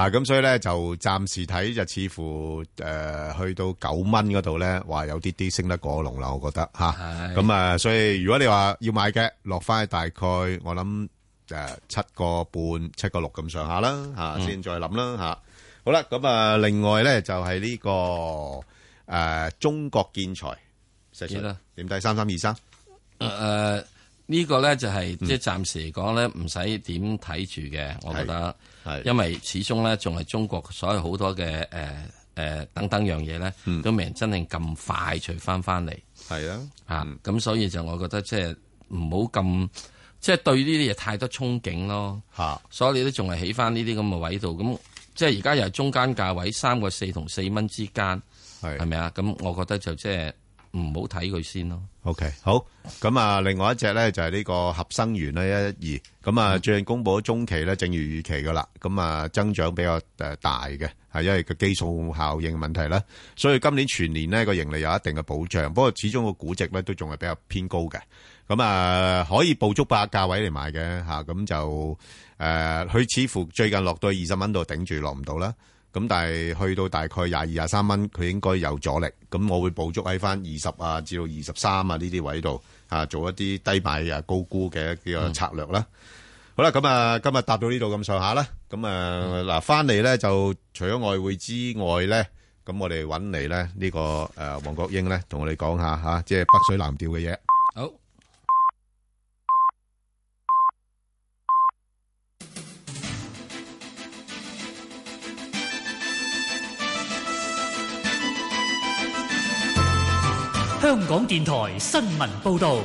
啊，咁所以咧就暫時睇就似乎诶去到九蚊嗰度咧，話有啲啲升得過龍啦，我覺得吓，咁啊，所以如果你話要買嘅，落翻去大概我諗。诶七個半、七個六咁上下啦，吓、嗯先再諗啦，吓、好啦，咁啊，另外咧就係呢、個呃中國建材，石幾 Sir 多點低三三二三，诶、呃呢個咧就係即係暫時嚟講咧，唔使點睇住嘅，我覺得，因為始終咧仲係中國所有好多嘅诶诶等等樣嘢咧，都未人真係咁快脆翻翻嚟。係啊，啊，咁所以就我覺得即係唔好咁，即係對呢啲嘢太多憧憬咯。吓，所以你都仲係起翻呢啲咁嘅位度，咁即係而家又係中間價位三個四同四蚊之間，係係咪啊？咁我覺得就即係唔好睇佢先咯。 OK，好。咁啊，另外一隻咧就係呢個合生元咧一二。咁啊，最近公布咗中期咧，正如預期噶啦。咁啊，增長比較誒大嘅，係因為個基數效應問題啦。所以今年全年呢個盈利有一定嘅保障，不過始終個估值咧都仲係比較偏高嘅。咁啊，可以捕捉八價位嚟買嘅嚇，咁、就誒，佢、似乎最近落到二十蚊度頂住落唔到啦。咁但係去到大概廿二、廿三蚊，佢應該有阻力。咁我會捕捉喺翻二十啊，至到二十三啊呢啲位度啊，做一啲低買啊高估嘅呢個策略啦。好啦，咁啊，今日答到呢度咁上下啦。咁啊，嗱，翻嚟咧就除咗外匯之外咧，咁我哋揾嚟咧呢個誒黃國英咧，同我哋講下嚇，即係北水南調嘅嘢。好。香港电台新闻报道，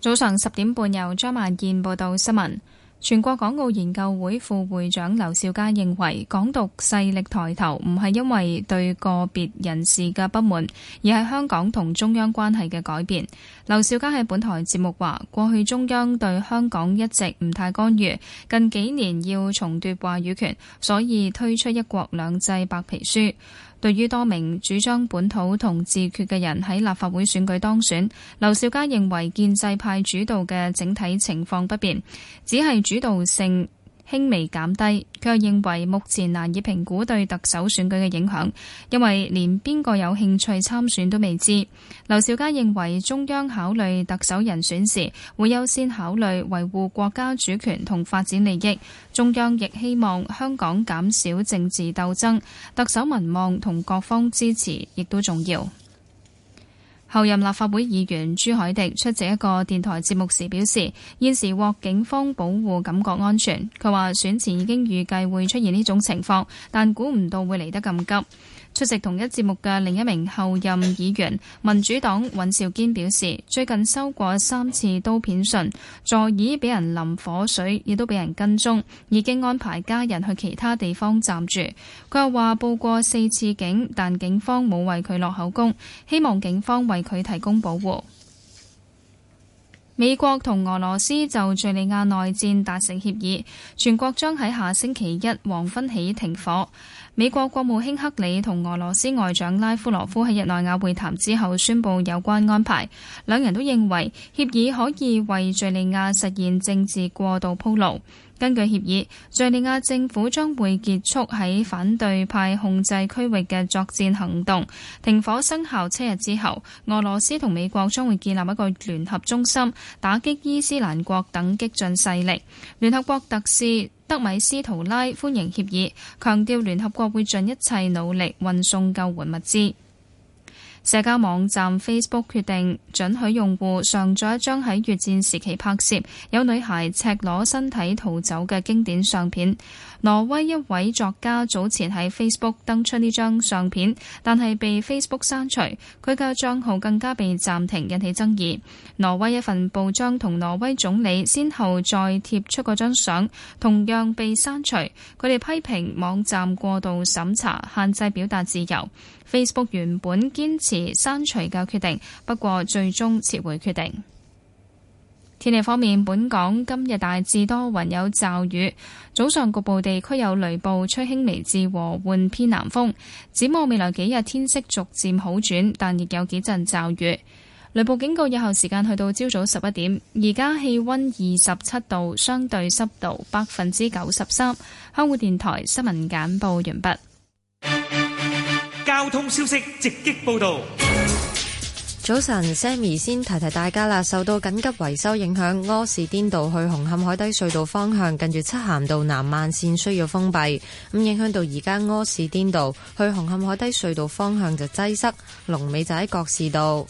早上十點半，由張曼燕報道新聞。全國港澳研究會副會長劉兆佳認為，港獨勢力抬頭唔係因為對個別人士嘅不滿，而係香港同中央關係嘅改變。劉兆佳喺本台節目話：過去中央對香港一直唔太干預，近幾年要重奪話語權，所以推出一國兩制白皮書。對於多名主張本土同自決嘅人喺立法會選舉當選，劉兆佳認為建制派主導嘅整體情況不變，只係主導性輕微減低。佢又認為目前難以評估對特首選舉嘅影響，因為連邊個有興趣參選都未知。劉兆佳認為中央考慮特首人選時，會優先考慮維護國家主權同發展利益。中央亦希望香港減少政治鬥爭，特首民望同各方支持亦都重要。後任立法會議員朱海迪出席一個電台節目時表示，現時獲警方保護感覺安全。佢話選前已經預計會出現呢種情況，但估唔到會嚟得咁急。出席同一節目嘅另一名後任議員民主黨尹兆堅表示，最近收過三次刀片信，座椅俾人淋火水，亦都俾人跟蹤，已經安排家人去其他地方暫住。佢又話報過四次警，但警方冇為佢落口供，希望警方為佢提供保護。美國同俄羅斯就敘利亞內戰達成協議，全國將喺下星期一黃昏起停火。美國國務卿克里同俄羅斯外長拉夫羅夫喺日內瓦會談之後宣布有關安排，兩人都認為協議可以為敘利亞實現政治過渡鋪路。根據協議，敘利亞政府將會結束喺反對派控制區域嘅作戰行動。停火生效七日之後，俄羅斯同美國將會建立一個聯合中心，打擊伊斯蘭國等激進勢力。聯合國特使德米斯圖拉歡迎協議，強調聯合國會盡一切努力運送救援物資。社交網站 Facebook 決定准許用戶上載一張喺越戰時期拍攝有女孩赤裸身體逃走嘅經典相片。挪威一位作家早前喺 Facebook 登出呢張相片，但係被 Facebook 刪除，佢嘅帳號更加被暫停，引起爭議。挪威一份報章同挪威總理先後再貼出嗰張相，同樣被刪除。佢哋批評網站過度審查，限制表達自由。Facebook 原本堅持刪除嘅決定，不過最終撤回決定。天氣方面，本港今日大致多雲有驟雨，早上局部地區有雷暴，吹輕微至和緩偏南風。展望未來幾日天色逐漸好轉，但亦有幾陣驟雨。雷暴警告有效時間去到朝早十一點。而家氣温二十七度，相對濕度百分之九十三。香港電台新聞簡報完畢。交通消息直擊報道。早晨，Sammy 先提提大家啦。受到緊急維修影響，柯士甸道去紅磡海底隧道方向，近住漆咸道南慢線需要封閉，咁影響到而家柯士甸道去紅磡海底隧道方向就擠塞，龍尾就喺覺士道。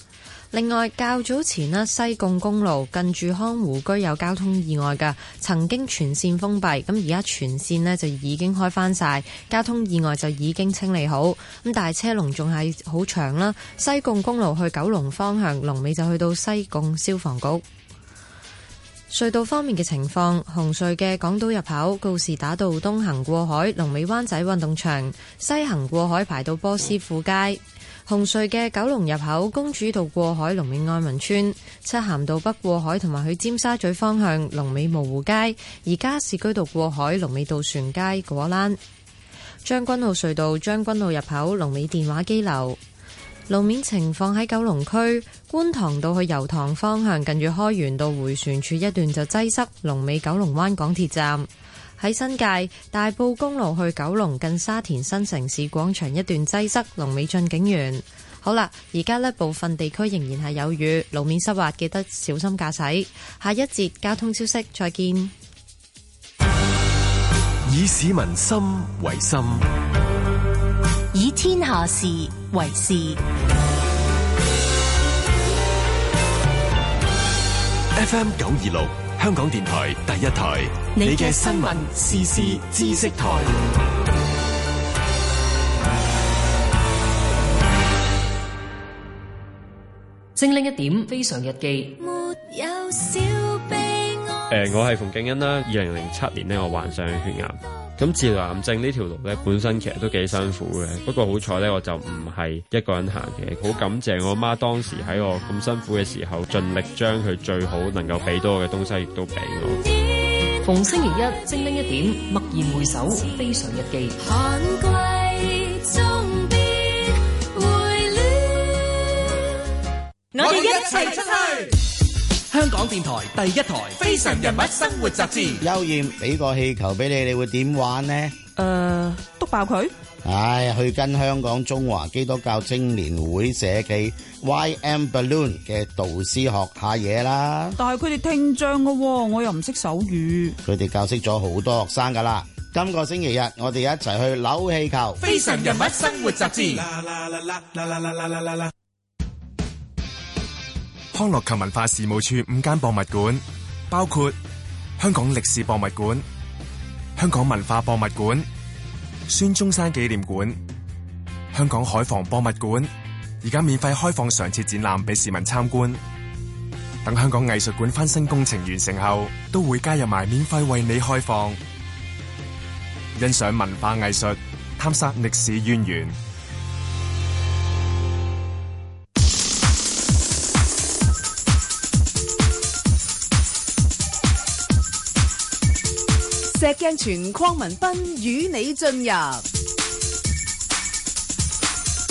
另外，較早前呢，西貢公路近住康湖居有交通意外㗎，曾經全線封閉，咁而家全線呢就已經開返晒，交通意外就已經清理好，咁但係車龍仲係好長啦。西貢公路去九龍方向，龍尾就去到西貢消防局。隧道方面嘅情況，紅隧嘅港島入口告士打道東行過海，龍尾灣仔運動場；西行過海排到波斯富街。紅隧嘅九龍入口公主道過海，龍尾愛民村；漆咸道北過海同埋去尖沙咀方向，龍尾蕪湖街；而加士居道過海，龍尾渡船街果欄。將軍澳隧道將軍澳入口，龍尾電話機樓。路面情況喺九龍區觀塘道去油塘方向，近住開源道回旋處一段就擠塞，龍尾九龍灣港鐵站。喺新界大埔公路去九龍近沙田新城市廣場一段擠塞，龍尾駿景園。好啦，而家呢部分地區仍然係有雨，路面濕滑，記得小心駕駛。下一節交通消息，再見。以市民心為心，以天下事為事。 FM 九二六，香港電台第一台。你嘅新聞時事知識台，精靈一點非常日記。沒有小悲哀。誒，呃我係馮敬恩啦。二零零七年呢，我患上血癌。咁治療癌症呢條路咧，本身其實都幾辛苦嘅。不過好彩咧，我就唔係一個人行嘅。好感謝我媽當時喺我咁辛苦嘅時候，盡力將佢最好能夠俾到我嘅東西，亦都俾我。逢星期一精靈一點，驀然回首，非常日記。寒季終必回暖，我哋一齊出去。香港電台第一台《非常人物生活雜誌》。邱艷，俾個氣球俾你，你會點玩呢？誒，篤爆佢！唉，去跟香港中華基督教青年會社記 YM Balloon 嘅導師學下嘢啦。但係佢哋聽障㗎喎，我又唔識手語。佢哋教識咗好多學生㗎啦。今個星期日我哋一齊去扭氣球。《非常人物生活雜誌》。康樂及文化事務處五間博物館，包括香港歷史博物館、香港文化博物館、孫中山紀念館、香港海防博物館，而家免費開放常設展覽俾市民參觀。等香港藝術館翻新工程完成後，都會加入埋免費為你開放，欣賞文化藝術，探索歷史淵源。石鏡泉鄺民彬與你進入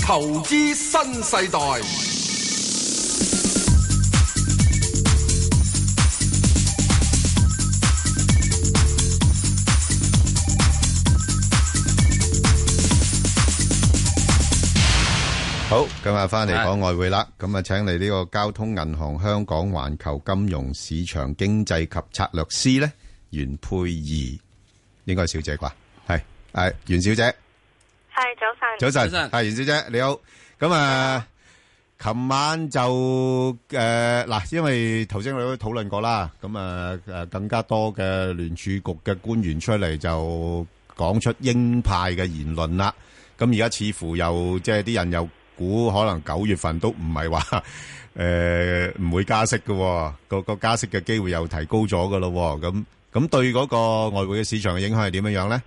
投資新世代。好，今日翻嚟講外匯啦，咁啊請嚟呢個交通銀行香港環球金融市場經濟及策略師咧。袁佩儀應該係小姐啩，係誒袁小姐，係早早晨，晨，係袁小姐你好。咁啊，琴晚就誒嗱，因為頭先我哋都討論過啦，咁啊誒更加多嘅聯儲局嘅官員出嚟就講出鷹派嘅言論啦。咁而家似乎又即係啲人又估可能九月份都唔係話。誒，唔會加息嘅，個個加息嘅機會又提高咗嘅咯，咁咁對嗰個外匯嘅市場嘅影響係點樣樣咧？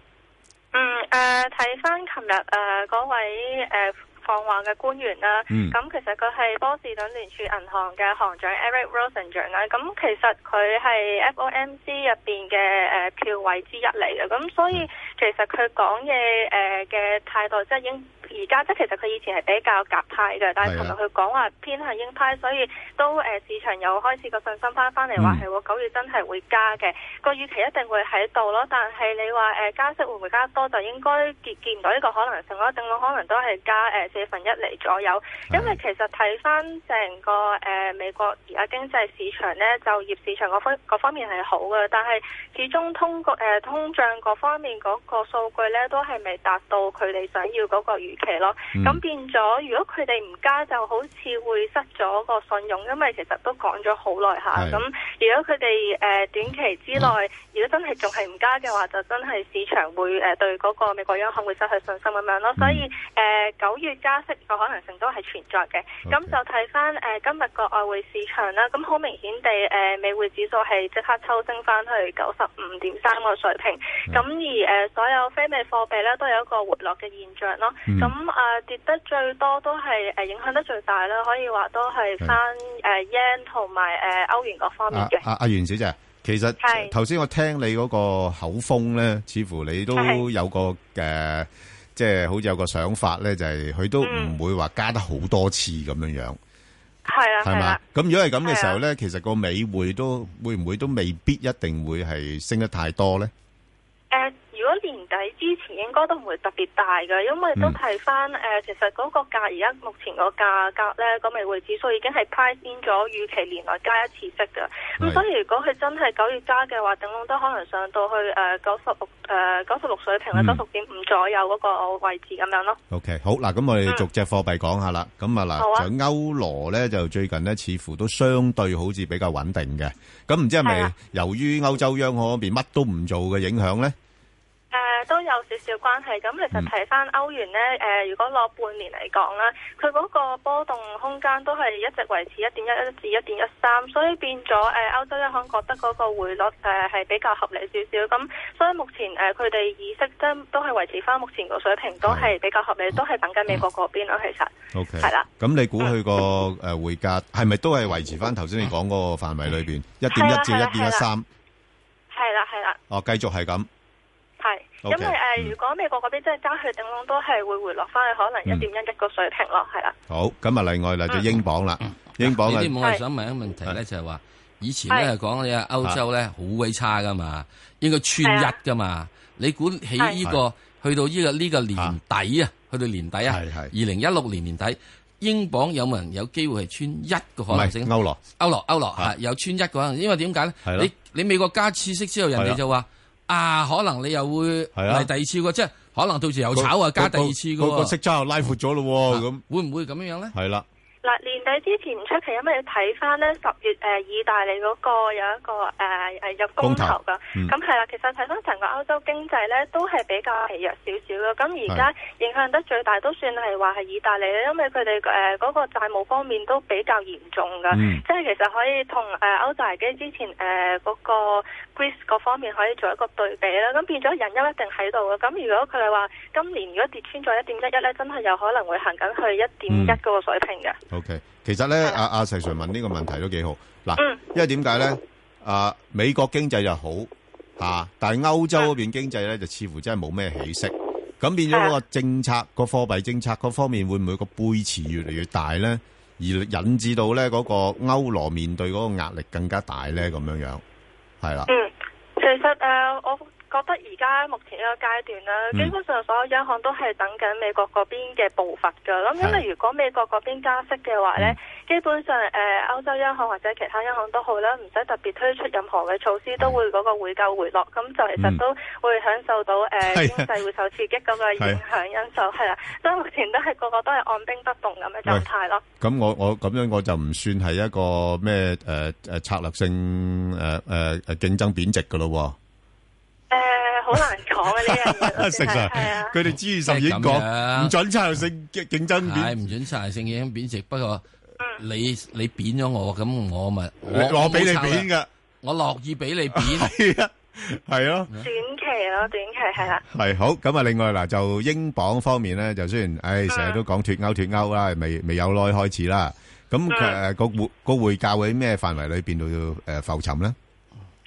呃嗯，誒，睇翻琴日誒嗰位誒放話嘅官員啦。咁、嗯其實佢係波士頓聯儲銀行嘅行長 Eric Rosenberg 啦。咁其實佢係 FOMC 入邊嘅誒呃票委之一嚟嘅。咁所嗯以其實佢講嘢誒嘅態度即係英而家即係其實佢以前係比較鴿派嘅，但係係啊琴日佢講話偏向鷹派，所以都誒、呃市場又開始個信心翻翻嚟，話係喎九月真係會加嘅，個預期一定會喺度咯。但係你話誒、呃加息會唔會加得多，就應該見見唔到呢個可能性咯。正路可能都係加誒四分一厘左右，因為其實睇翻成個誒、呃美國而家經濟市場咧，就業市場嗰方嗰方面係好嘅，但係始終通過誒、呃通脹嗰方面嗰個數據咧，都係未達到佢哋想要嗰個預期咯。嗯咁、變咗，如果佢哋唔加，就好似會失咗個信用，因為其實都講咗好耐下。係咁如果佢哋誒短期之內，如果真係仲係唔加嘅話，就真係市場會誒、呃、對嗰個美國央行會失去信心咁樣咯。所以誒九、月加息個可能性都係存在嘅。咁就睇翻誒今日個外匯市場啦，咁好明顯地誒、呃美匯指數係即刻抽升翻去九十五點三個水平。咁而誒、呃所有非美貨幣咧都有一個回落嘅現象咯。嗯咁咁啊、跌得最多都係誒、呃影響得最大啦，可以話都係翻誒 yen 同埋誒歐元各方面啊嘅。啊阿袁小姐，其實係頭先我聽你嗰個口風咧，似乎你都係有個誒，呃即係好似有個想法咧，就係佢都唔會話加得好多次咁樣樣，係啊，係係嘛啦，？咁如果係咁嘅時候咧，其實個美匯都會唔會都未必一定會係升得太多咧？誒、如果年底之前應該都唔會特別大嘅，因為都嗯睇翻誒，其實嗰個價而家目前個價格咧，個美匯指數已經係 price in 咗預期年內加一次息嘅。咁所以如果佢真係九月加嘅話，頂籠都可能上到去誒九十六誒九十六水平嗯啦，九十六點五左右嗰個位置咁樣咯。 OK，好嗱，咁我哋逐隻貨幣講下啦。咁啊好啊嗱，就歐羅咧就最近咧似乎都相對好似比較穩定嘅。咁唔知係係咪啊由於歐洲央行嗰邊乜都唔做嘅影響咧？誒、呃都有少少關係，咁其實睇翻歐元呢，誒、如果攞半年嚟講啦，佢嗰個波動空間都係一直維持一點一一至一點一三，所以變咗誒、歐洲央行覺得嗰個匯率誒係、比較合理少少，咁所以目前誒佢哋意識真都係維持翻目前個水平，都係比較合理，都係等緊美國嗰邊啦，其實 O K，係啦。咁你估佢個誒匯價係咪都係維持翻頭先你講嗰個範圍裏邊一點一至係啦一點一三？係啦係啦。哦，繼續係咁。係，因 OK，為誒、如果美國嗰邊真係加去頂籠，都係會回落翻去可能一點一一個水平咯，係啦。好，咁啊，另外嚟就英鎊啦，英鎊呢啊啲我係想問一個問題咧，就係話以前咧係講嘅歐洲啊咧好鬼差噶嘛，應該穿係一啊噶嘛。你估起呢個去到呢個呢個年底啊，去到年底啊，二零一六年年底，英鎊有冇人有機會係穿一嘅可能性？唔係歐羅，啊歐羅，歐羅嚇有穿一嘅可能性，因為點解係咧？咯你你美國加次息之後，人係啊哋就話啊，可能你又會係啊嚟第二次喎，即係可能到時又炒啊，加第二次嘅個個個息喎。差又拉闊咗咯喎，咁會唔會咁樣樣咧？係啦，嗱，年底之前唔出奇，因為你睇翻咧十月誒、呃意大利嗰個有一個誒誒、呃入公投公投噶，嗯咁係啦，其實睇翻成個歐洲經濟咧都係比較疲弱少少嘅，咁而家影響得最大都算係話係意大利咧，因為佢哋誒嗰個債務方面都比較嚴重噶，嗯即係其實可以同誒、呃、歐債危機之前誒嗰、個 Greece 嗰方面可以做一個對比啦，咁變咗隱憂一定喺度嘅，咁如果佢哋話今年如果跌穿咗一點一一咧，真係有可能會行緊去一點一嗰個水平嘅。 OK，其實咧，阿阿石 Sir 問呢個問題都幾好。嗱，嗯因為點解咧？啊，美國經濟就好嚇、啊但係歐洲嗰邊經濟咧就似乎真係冇咩起色。咁變啊咗個政策、個貨幣政策嗰方面，會唔會個背馳越嚟越大咧？而引致到咧嗰個歐羅面對嗰個壓力更加大咧，咁樣樣係啦。嗯，其實誒、呃我覺得而家目前呢個階段啦，嗯基本上所有央行都係等緊美國嗰邊嘅步伐㗎。咁因為如果美國嗰邊加息嘅話嗯呢，基本上誒、呃、歐洲央行或者其他央行都好啦，唔使特別推出任何嘅措施，都會嗰個匯價回落。咁就其嗯實都會享受到誒、呃係經濟會受刺激嗰個影響因素係啦。所以目前都係個個都係按兵不動咁嘅狀態咯。咁我我咁樣我就唔算係一個咩呃誒誒策略性誒誒誒呃競爭貶值噶咯喎。，誒、好難講嘅呢樣嘢真係係啊。佢哋 G20 已經講唔準策略性競爭貶，唔準策略性競爭貶值。不過你你貶咗我，咁我咪我俾你貶㗎 㗎，我樂意俾你貶。係啊，係咯。短期期咯，短期係啦。係，好，咁啊，另外嗱，就英鎊方面呢，就雖然，唉，成日都講脫歐，脫歐啦，未-未有耐開始啦，咁佢，誒，個匯-個匯價會喺咩範圍裏邊度，誒，浮沉呢？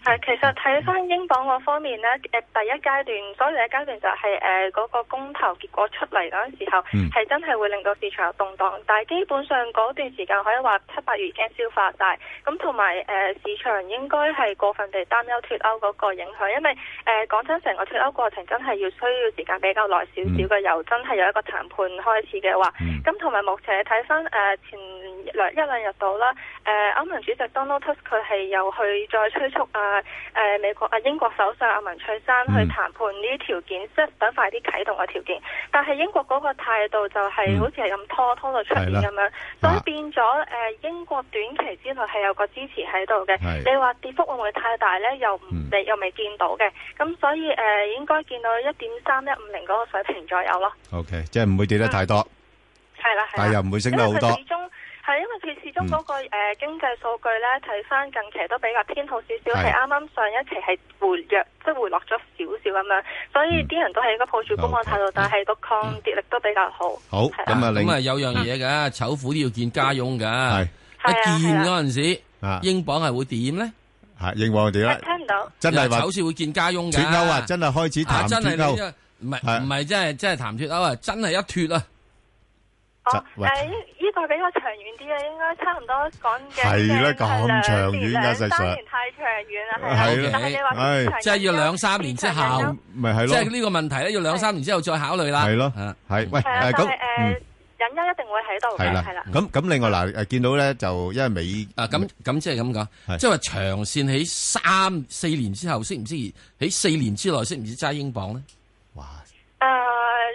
係，係，其實睇翻英鎊嗰方面咧，誒第一階段，所以第一階段就係誒嗰個公投結果出嚟嗰陣時候，嗯係、真係會令到市場有動盪。但係基本上嗰段時間可以話七八月已經消化晒。咁同埋誒市場應該係過分地擔憂脱歐嗰個影響，因為誒、講真，成個脱歐過程真係要需要時間比較耐少少嘅，由真係有一個談判開始嘅話，咁同埋目前你睇翻誒前兩一兩日到啦，誒、呃歐盟主席 Donald Tusk 佢係又去再催促啊誒、美國啊英國首相阿文翠珊去談判呢啲條件，即係等快啲啟動嘅條件。但係英國嗰個態度就係、好似係咁拖拖到出年咁樣，所以變咗誒、呃英國短期之內係有個支持喺度嘅。係你話跌幅會唔會太大呢？又唔你又未見到嘅，咁所以誒、呃應該見到一點三一五零嗰個水平左右咯。 OK，即係唔會跌得太多。係啦，係啦但又唔會升得好多嗯因為佢始終係因為佢始終嗰、個誒、呃、經濟數據咧，睇翻近期都比較偏好少少，係係啱啱上一期係回弱，即係回落咗少少咁樣，所以嗯啲人都係應該抱住觀望態度，但係個抗跌力都比較好。好，咁啊，咁啊有樣嘢噶，醜婦都要見家翁噶。啊一見嗰陣時，英鎊係會點咧？啊英鎊點呢？啊聽唔到，真係話醜事會見家翁㗎。脫歐啊，真係開始談啊真係脫歐。呢唔係唔係，真係真係談脱歐啊！真係一脱啊！就-喂，誒，呢呢個比較長遠啲啊，應該差唔多講嘅係啦咁兩長遠㗎年兩實在三年太長遠啦，係係啦啦但係你唉話即係要兩三年之後，咪係咯即係呢個問題咧，要兩三年之後再考慮啦。係咯，係，喂，係啊，但誒，咁，係嗯。誒隱憂一定會喺度嘅，係啦，係啦。咁-咁另外嗱，誒，見到呢，就因為美- À, 係。即係話長線喺三四年之後，適唔適宜喺四年之內適唔適宜揸英鎊咧？誒，呃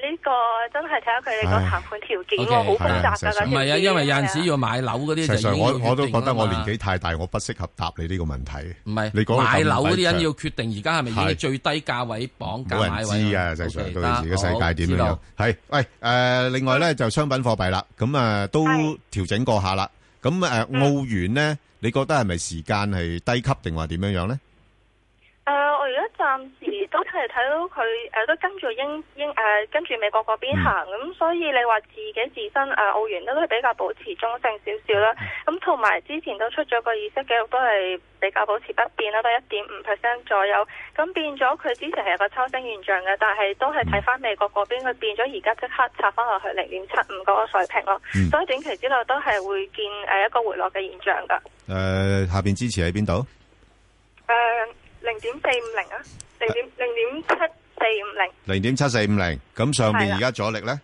呢個真係睇下佢哋個談判條件喎，好 OK，複雜係啊㗎。實嗰上唔係啊，條件因為有陣時要買樓嗰啲就已經實際上，我-要決定我都覺得啦嘛我年紀太大，我不適合答你呢個問題。你講到買咁樓嗰啲細人場，要決定而家係咪已係經最低價位綁價買位冇人知啊，啦實際上， OK，得到時個世界點樣樣。好知道係，喂，誒，另外呢，就商品貨幣啦，咁，誒，都調整過下啦。咁，誒，澳元呢，你覺得係咪時間係低級定話點樣樣呢？誒、呃我而家暫時都係睇到佢誒、呃都跟住英英誒、跟住美國嗰邊行，咁、所以你話自己自身誒、澳元都都係比較保持中性少少啦。咁同埋之前都出咗個議息記錄，都係比較保持不變啦，都一點五 percent 左右。咁變咗佢之前係有個抽升現象嘅，但係都係睇翻美國嗰邊，佢變咗而家即刻插翻落去零點七五嗰個水平咯。所以短期之內都係會見誒、一個回落嘅現象㗎。誒，下邊支持喺邊度？誒呃零點四五零啊，零點零點七四五零， 0.7450，咁上面係啦。而家阻力呢？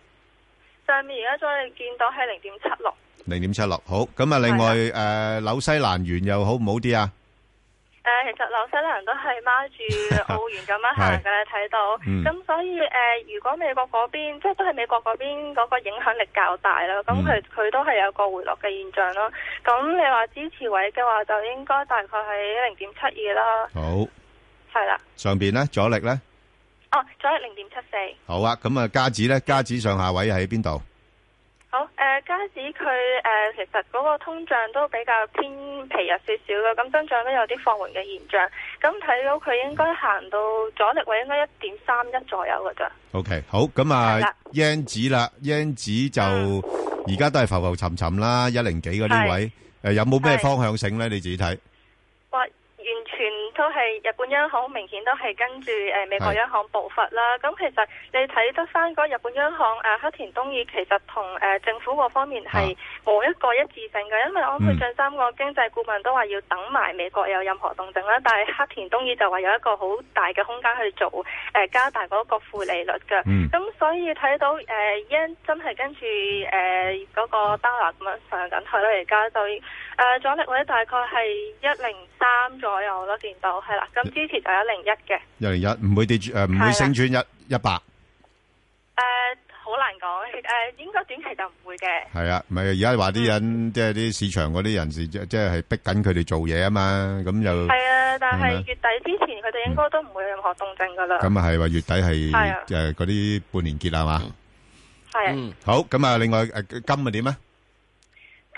上面而家再見到係零點七六。 0.76，好，咁啊，另外，誒，紐西蘭元又好唔好啲啊？誒、呃其實紐西蘭都係孖住澳元咁樣行嘅，你睇到。嗯咁、所以誒、呃如果美國嗰邊，即係都係美國嗰邊嗰個影響力較大啦，咁佢佢都係有個回落嘅現象咯。咁你話支持位嘅話，就應該大概喺零點七二啦，係啦。好，上邊呢？阻力呢？哦，再零點七四。好啊，咁啊，加指咧，加指上下位喺邊度？好，誒、家指佢誒、其實嗰個通脹都比較偏疲弱少少嘅，咁增長都有啲放緩嘅現象。咁睇到佢應該行到阻力位應該一點三一左右嘅咋。 OK，好，咁啊係啦，yen 指啦，yen 指就而家都係浮浮沉沉啦，一零幾嗰啲位，誒，有冇咩係方向性咧？你自己睇，哇！完全都係日本央行明顯都係跟住誒、美國係央行步伐啦。咁其實你睇得翻嗰日本央行誒、黑田東彥其實同誒、呃政府嗰方面係冇一個一致性嘅，因為安倍晉三個經濟顧問都話要等埋美國有任何動靜啦，但係黑田東彥就話有一個好大嘅空間去做誒、呃加大嗰個負利率嘅。咁、所以睇到誒、yen 真係跟住誒嗰個 dollar 咁樣上緊去啦，而家就誒、呃阻力位大概係一零三左右咯，見到係啦。嗯咁支持就一零一嘅。誒、一零一唔會跌住，誒，唔係會啦升穿一一百，好難講誒、應該短期就唔會嘅。係啊，咪而家話啲人即係啲市場嗰啲人士，即即係逼緊佢哋做嘢啊嘛，咁就係啊，但係係咪月底之前佢哋應該都唔會有任何動靜噶啦。咁啊係話月底係係啊誒嗰啲半年結啦嘛，係啊。好，咁啊，另外誒金啊點啊？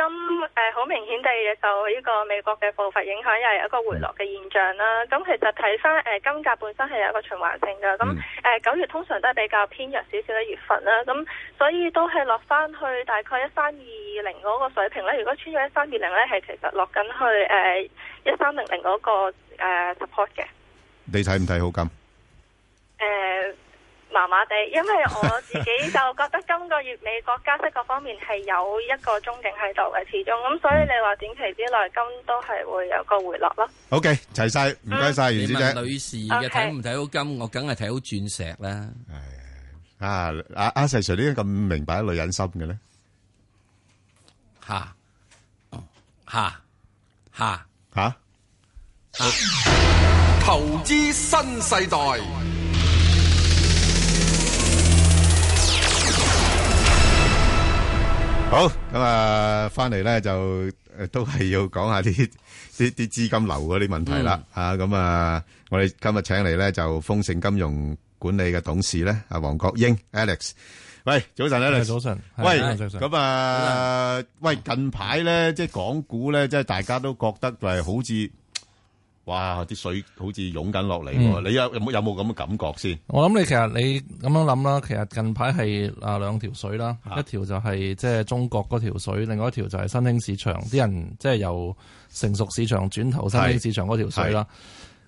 金咁誒好明顯地受呢個美國嘅步伐影響，又係一個回落嘅現象啦。咁其實睇翻誒金價本身係有一個循環性嘅，嗯咁誒九月通常都係比較偏弱少少嘅月份啦。咁所以都係落翻去大概一三二零嗰個水平咧。如果穿咗一三二零咧，係其實落緊去誒一三零零嗰個誒 support 嘅。你睇唔睇好金？誒呃麻麻地，因為我自己就覺得今個月美國加息各方面係有一個中景喺度嘅，始終咁，所以你話短期之內金都係會有個回落咯。 OK，齊晒，唔該晒袁小啊你問姐。女士嘅 OK 睇唔睇好金，我梗係睇好鑽石啦。啊，阿阿細 Sir 呢啲咁明白女人心嘅咧，吓哦吓吓啊吓，投資新世代，好咁啊，翻嚟咧就誒都係要講下啲啲啲資金流嗰啲問題啦。啊，咁啊，我哋今日請嚟咧就豐盛金融管理嘅董事咧，阿黃國英 Alex。喂，早晨係 Alex，早晨係喂，早晨早晨咁啊，喂，近排咧即係港股咧，即係大家都覺得係好似。哇！啲水好似湧緊落嚟喎，嗯你有有冇有冇咁嘅感覺先？我諗你其實你咁樣諗啦，其實近排係啊兩條水啦，一條就係即係中國嗰條水，另外一條就係新興市場啲人即係由成熟市場轉投新興市場嗰條水啦。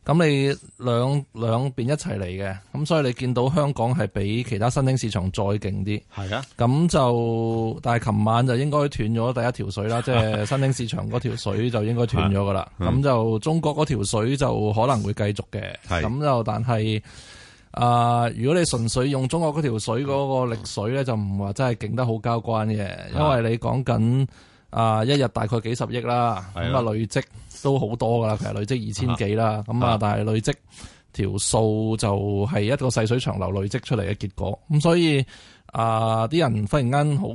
咁你兩兩邊一齊嚟嘅，咁所以你見到香港係比其他新興市場再勁啲。係啊，咁就但係琴晚就應該斷咗第一條 水啦，即係新興市場嗰條水就應該斷咗噶啦。嗯咁就中國嗰條水就可能會繼續嘅。係咁就但係啊、如果你純粹用中國嗰條水嗰個力水咧，就唔話真係勁得好交關嘅，啊因為你講緊。啊，一日大概幾十億啦，係咁啦啊累積都好多噶啦，其實累積二千幾啦，咁啊啊，但係累積條數就係一個細水長流累積出嚟嘅結果，咁所以啊，啲人忽然間好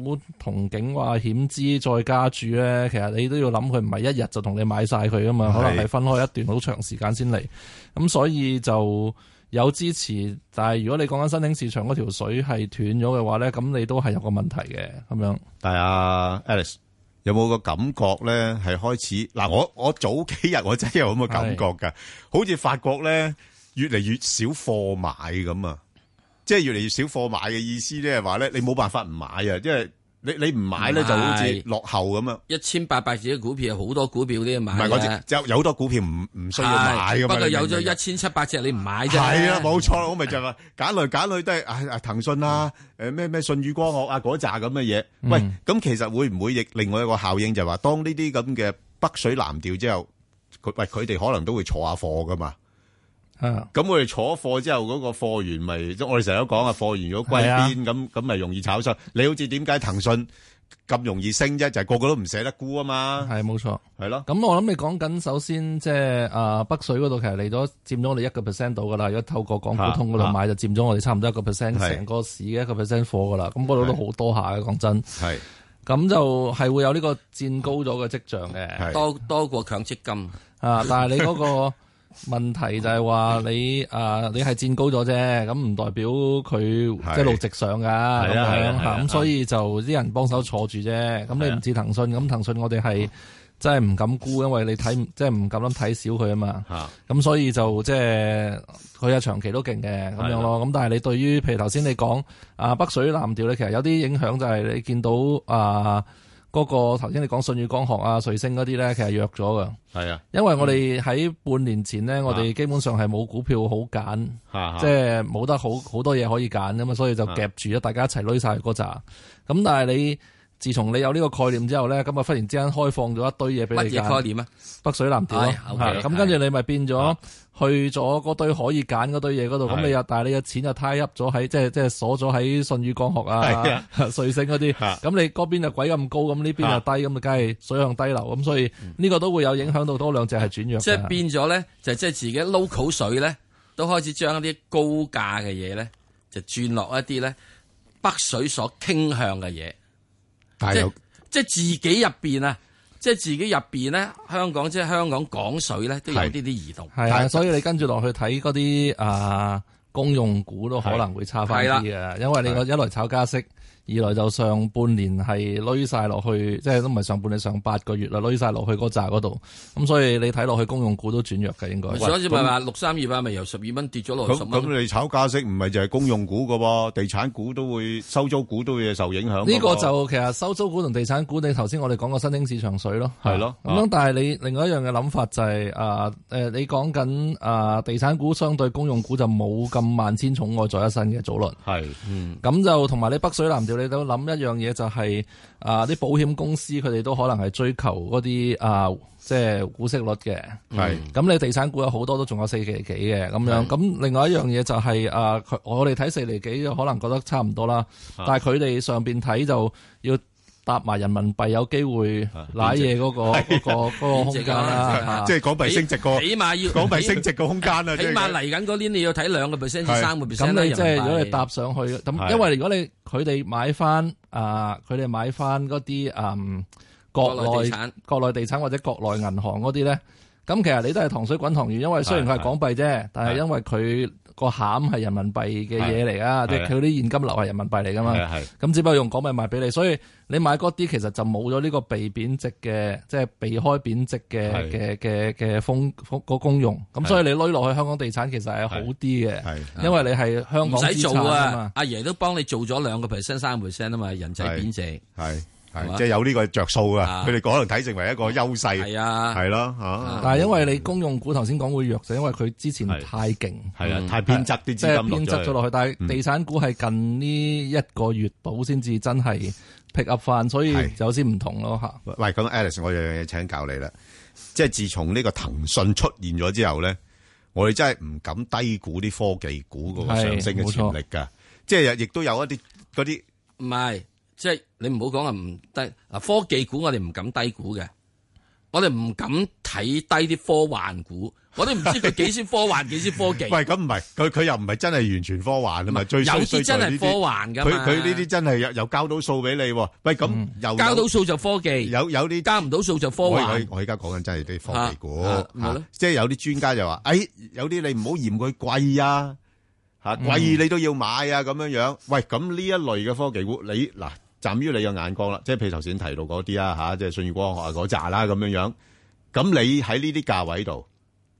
憧憬話險資再加注咧，其實你都要諗佢唔係一日就同你買晒佢噶嘛，可能係係分開一段好長時間先嚟，咁所以就。有支持，但係如果你講緊新興市場嗰條水係斷咗嘅話咧，咁你都係有個問題嘅咁樣。但係阿 Alice 有冇個感覺咧？係開始嗱，我我早幾日我真係有咁嘅感覺㗎，好似法國咧越嚟越少貨買咁啊！即係越嚟越少貨買嘅意思咧，係話咧你冇辦法唔買啊！因為你你唔買咧就好唔似係落後咁啊！一千八百隻股票，好多股票都要買唔嘅。係我知有有好多股票唔唔需要買係㗎嘛，不過你明唔有咗明啊一千七百隻你唔買啫。係啊，冇錯啦，我咪就係話揀來揀去都係啊啊騰訊啦，誒咩咩信宇光學啊嗰扎咁嘅嘢。喂，咁其實會唔會亦另外一個效應就係話，當呢啲咁嘅北水南調之後，佢喂佢哋可能都會坐下貨噶嘛。啊，咁我哋坐貨之後，嗰個貨源咪即係我哋成日都講啊，貨源如果歸係啊邊咁咁咪容易炒上。你好似點解騰訊咁容易升啫？就係個個都唔捨得沽啊嘛。係冇錯，係咯。咁我諗你講緊首先即係啊北水嗰度其實嚟咗佔咗我哋一個 percent 到噶啦，如果透過港股通嗰啊度買就佔咗我哋差唔多一個 percent 係成個市嘅一個 percent 貨噶啦，咁嗰度都好多下嘅講真。係。咁就係會有呢個佔高咗嘅跡象嘅，多多過強積金啊！但係你嗰個問題就係話你啊，你係佔高咗啫，咁唔代表佢即係路直上㗎咁係啊係樣啊係啊嚇，咁所以就啲人幫手坐住啫。咁你唔似騰訊，咁騰訊我哋嗯係真係唔敢估，因為你睇唔即係唔敢諗睇少佢啊嘛。咁所以就即係佢啊長期都勁嘅咁樣咯。咁但係你對於譬如頭先你講啊北水南調咧，其實有啲影響就係你見到啊嗰個頭先你講信宇光學啊瑞星嗰啲咧，其實弱咗㗎。係啊，因為我哋喺半年前呢，我哋基本上係冇股票好揀，嚇啊即係冇得好好多嘢可以揀咁嘛，所以就夾住咗大家一齊攏晒嗰扎。咁但係你自從你有呢個概念之後呢，咁啊忽然之間開放咗一堆嘢俾你乜嘢揀。概念啊？北水南調咯哎，OK，啊係咁跟住你咪變咗去咗嗰堆可以揀嗰堆嘢嗰度，咁係你又但係你嘅錢就 tie up 咗喺即係即係鎖咗喺信宇光學係啊啊、 瑞星嗰啲，咁你嗰邊就鬼咁高，咁呢邊啊嗯又低，咁啊梗係水向低流，咁所以呢個都會有影響到多兩隻係轉弱即係嘅。變咗咧，就即係自己 local 水咧，都開始將一啲高價嘅嘢咧，就轉落一啲咧北水所傾向嘅嘢。但係有即係自己入邊啊，即係自己入邊咧，香港即係香港港水咧，都有呢啲移動。係啊，所以你跟住落去睇嗰啲啊公用股都可能會差翻啲係嘅，因為你個一來炒加息，二來就上半年係攏晒落去，即係都唔係上半年，上八個月啦，攏晒落去嗰扎嗰度。咁所以你睇落去公用股都轉弱嘅應該。所以咪話六三二八咪由十二蚊跌咗落去咁十蚊。咁你炒加息唔係就係公用股噶喎，地產股都會收租股都會受影響㗎喎。呢個就其實收租股同地產股，你頭先我哋講過新興市場水咯，係咯咁啊樣，但係你另外一樣嘅諗法就係、啊誒、你講緊啊地產股相對公用股就冇咁萬千寵愛在一身嘅早輪。係嗯咁就同埋你北水南調，你都諗一樣嘢就係、啊啲保險公司佢哋都可能係追求嗰啲啊即係股息率嘅。係咁你地產股有好多都仲有四厘幾嘅咁樣，咁另外一樣嘢就係、啊，佢我哋睇四厘幾就可能覺得差唔多啦，啊但係佢哋上邊睇就要搭埋人民幣有機會攋嘢 嗰個嗰個嗰個空間啦，啊啊即係港幣升值個，起起碼要港幣升值個空間啦，起即係碼嚟緊嗰年你要睇兩個 percent 至三個 percent 咁啦你即係人如民幣果你搭上去，咁係因為如果你佢哋買翻啊，佢哋買翻嗰啲嗯國國內內地產國內地產或者國內銀行嗰啲咧，咁其實你都係糖水滾糖魚，因為雖然佢係港幣啫，但係因為佢個餡係人民幣嘅嘢嚟啊，係即係佢啲現金流係人民幣嚟噶嘛係啊係，咁只不過用港幣賣俾你，所以你買嗰啲其實就冇咗呢個避貶值嘅，即係避開貶值嘅係嘅嘅嘅風風個功用，咁係所以你攞落去香港地產其實係好啲嘅。啊因為你係香唔港使資產做啊啊嘛，，阿爺都幫你做咗兩個 percent、三個 percent 啊嘛，人仔貶值。係係嘛係即係有呢個着數啊啊！佢哋可能睇成為一個優勢，係啊係咯嚇。但係因為你公用股頭先講會弱，就因為佢之前太勁，係啊嗯太偏側啲資金即係落咗嗯偏側咗落去。但係地產股係近呢一個月到先至真係 pick up 翻，所以就有啲唔同咯嚇。喂，咁 Alice，我有樣嘢請教你啦。即係自從呢個騰訊出現咗之後咧，我哋真係唔敢低估啲科技股嗰個係上升嘅潛力㗎。即係亦都有一啲嗰啲唔係，即係你唔好講啊，唔低嗱科技股我哋唔敢低估嘅，我哋唔敢睇低啲科幻股，我哋唔知佢幾先科幻，幾先 科技。喂，咁唔係佢佢又唔係真係完全科幻啊嘛，最衰有啲衰在真係呢啲科幻㗎佢嘛嗯佢呢啲真係又又交到數俾你喎。喂，咁又交到有數就科技，有有啲交唔到數就科我幻我。我而家講緊真係啲科技股，啊啊咪嚇咯即係有啲專家就話：，誒、有啲你唔好嫌佢貴啊，嚇、嗯貴你都要買啊，咁樣樣。喂，咁呢一類嘅科技股，你嗱，站於你嘅眼光啦，即係譬如頭先提到嗰啲啊，嚇，即係信譽光學啊嗰扎啦，咁樣樣。咁你喺呢啲價位度，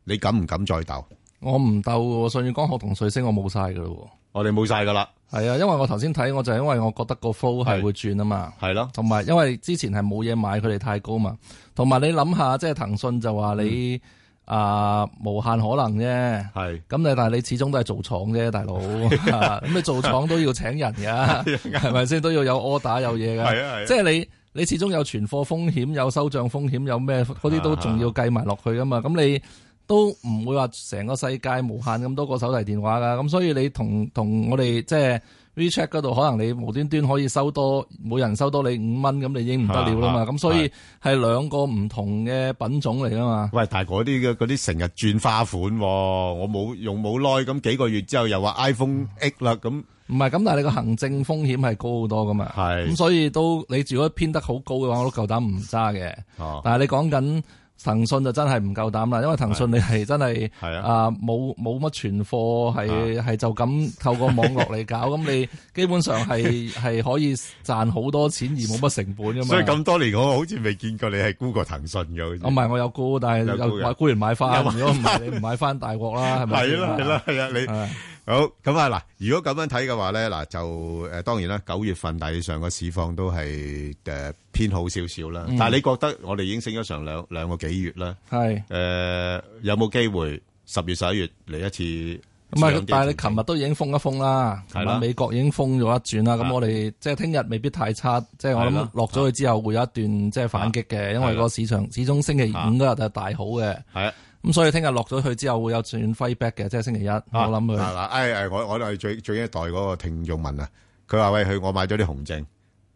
你敢唔敢再鬥？我唔鬥嘅喎，信譽光學同瑞星我冇晒嘅咯我哋冇晒㗎啦，喎。係啊，因為我頭先睇我就係因為我覺得個 flow 係會轉啊嘛。係咯。同埋因為之前係冇嘢買，佢哋太高嘛。同埋你諗下，即係騰訊就話你啊、無限可能啫。嗯係。咁你但係你始終都係做廠啫， 大佬。啊咁你做廠都要請人啊㗎，係咪先？都要有 order 有嘢㗎。係啊係啊即係你你始終有存貨風險、有收帳風險、有咩嗰啲都仲要計埋落去㗎啊嘛。咁你都唔會話成個世界無限咁多個手提電話㗎。咁所以你同同我哋即係 WeChat 嗰度，可能你無端端可以收多每人收多你五蚊，咁你已經唔得了啦嘛。啊咁所以係兩個唔同嘅品種嚟㗎嘛。喂，但係嗰啲嘅嗰啲成日轉花款喎，我冇用冇耐，咁幾個月之後又話 iPhone X 啦，咁唔係咁，但係你個行政風險係高好多噶嘛。係咁，所以都你如果編得好高嘅話，我都夠膽唔揸嘅。哦但係你講緊騰訊就真係唔夠膽啦，因為騰訊你係真係係啊啊冇冇乜存貨，係係就咁透過網絡嚟搞，咁你基本上 係係可以賺好多錢而冇乜成本噶嘛。所以咁多年我好似未見過你係 Google 騰訊嘅，好似哦我唔係我有沽，但係有沽嘅又買沽完買翻，有買如果唔係你唔買翻大鑊啦，係咪先？ 係啦係啦係啊，你好咁啊嗱，如果咁樣睇嘅話咧，嗱就诶当然啦，九月份大致上個市況都係诶偏好少少啦。嗯但係你覺得我哋已經升咗上兩兩個幾月啦，係。诶有冇機會十月十一月嚟一次？唔係，啊但係你琴日都已經封一封啦，係琴啦日美國已經封咗一轉啦。啊咁我哋即係聽日未必太差，即係我係啦諗落咗去之後會有一段即係反擊嘅，因為係啦個市場始終星期五嗰日係大好嘅。係啊。咁所以聽日落咗去之後會有轉 f i g h back 嘅，即係星期一我啊諗佢嗱嗱，誒誒，我我哋最最一代嗰個聽眾問啊，佢話喂，佢我買咗啲紅證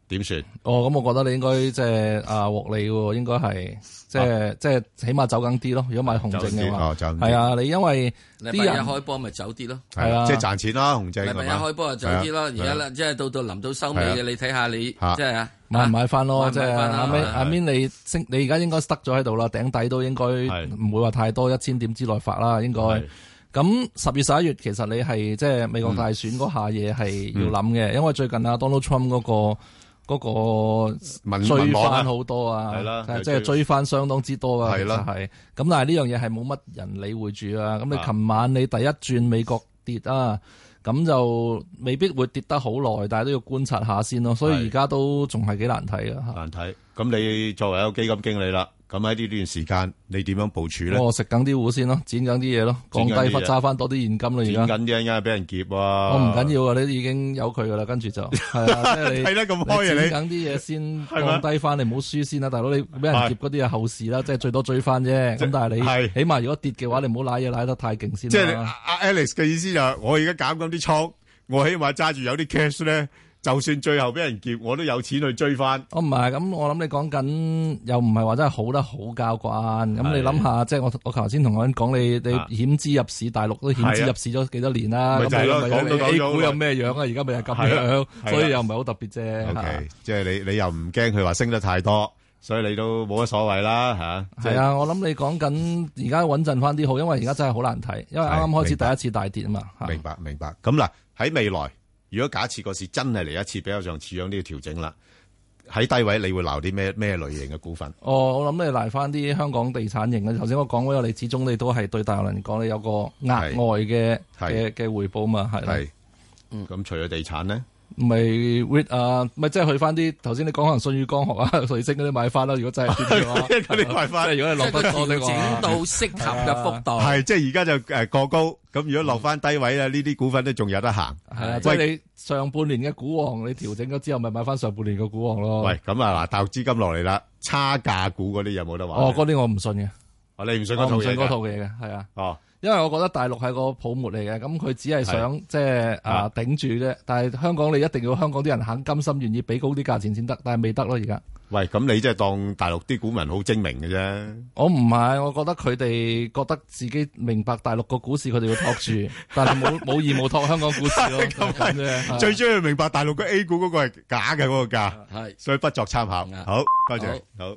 點算？哦，咁我覺得你應該即係啊獲利喎，應該係即係即係起碼走緊啲咯。如果買紅證嘅走緊啲哦話，走緊啲係啊，你因為禮拜啲一人啊開波咪走啲咯，係啊即係賺錢啦，紅證禮拜一係嘛開波就走啲咯。而家咧，即係到到臨到收尾係啊嘅，你睇下你即係啊買唔買翻買咯？唔即買係返啊阿 Min 係阿 Min，你升你而家應該塞咗喺度啦，頂底都應該唔會話太多一千點之內發啦，應該。咁十月十一月其實你係即係美國大選嗰下嘢係嗯要諗嘅，因為最近啊 Donald Trump 嗰、個。嗰個民追民望啊翻好多啊，係啦即又係追追翻相當之多啊，其係實啦係。咁但係呢樣嘢係冇乜人理會住啊。咁你啊琴晚你第一轉美國跌啊，咁就未必會跌得好耐，但係都要觀察下先咯。所以而家都仲係幾難睇啊。難睇。咁你作為一個基金經理啦，咁喺呢段時間你點樣部署咧？我哦食緊啲糊先咯，剪緊啲嘢咯，剪降緊低啲嘢翻揸翻多啲現金啦剪而家。緊啲，一陣間俾人劫啊！我唔緊要啊，你已經有佢噶啦，跟住 就係啊，即係你睇得咁開啊你剪緊啲嘢先係降嘛低翻，你唔好輸先啦，啊大佬你俾人劫嗰啲係後事啦，即係最多追翻啫。咁但係你起碼如果跌嘅話，你唔好賴嘢賴得太勁先即係你啦。阿 Alex 嘅意思就係，我而家減緊啲倉，我起碼揸住有啲 cash 咧，就算最後俾人劫，我都有錢去追翻。我唔係咁，我諗你講緊又唔係話真係好得好交關。咁你係諗下，即係我我頭先同我講你啊你險資入市，大陸都險資入市咗幾多年啦。咪就係咁你咯咪講到你講 A 咗好股耐有咩樣啊？而家咪係咁係啦樣，所係啦以又唔係好特別啫。嚇 OK，即係你你又唔驚佢話升得太多，所以你都冇乜所謂啦吓。即係係啊，我諗你講緊而家穩陣翻啲好，因為而家真係好難睇，因為啱啱開始明白第一次大跌啊嘛。嚇明白明白。咁嗱，喺未來，如果假設個市真係嚟一次比較上似樣呢個調整啦，喺低位你會鬧啲咩咩類型嘅股份？哦，我諗你嚟翻啲香港地產型嘅，頭先我講嗰個，你始終你都係對大陸人嚟講，你有個額外嘅嘅係嘅回報嘛，係啦係，咁除咗地產咧，咪 REIT 啊，咪即係去翻啲頭先你講可能信宇光學啊、 瑞星嗰啲買翻啦，如果真係跌嘅話，嗰啲買返即係如果你落得多的話即係啊佢調整到適合嘅幅度啊係即係而家就誒過高，咁如果落翻低位咧，呢啲股份都仲有得行。係啊，即喂係你上半年嘅股王，你調整咗之後，咪買翻上半年嘅股王咯。喂，咁啊嗱，大陸資金落嚟啦，差價股嗰啲有冇得玩？啊哦，嗰啲我唔信嘅，哦，你唔信嗰我套唔嘢信㗎？嗰套嘢嘅，係啊。哦，因為我覺得大陸係個泡沫嚟嘅，咁佢只係想即係啊頂住啫。但係香港你一定要香港啲人肯甘心願意俾高啲價錢先得，但係未得咯而家。喂，咁你即係當大陸啲股民好精明嘅啫。我唔係，我覺得佢哋覺得自己明白大陸個股市，佢哋會托住， 但係冇冇義務托香港股市咯。咁啫係最主要明白大陸嘅 A 股嗰個係假嘅嗰個價，啊係，所以不作參考。好，多謝，好。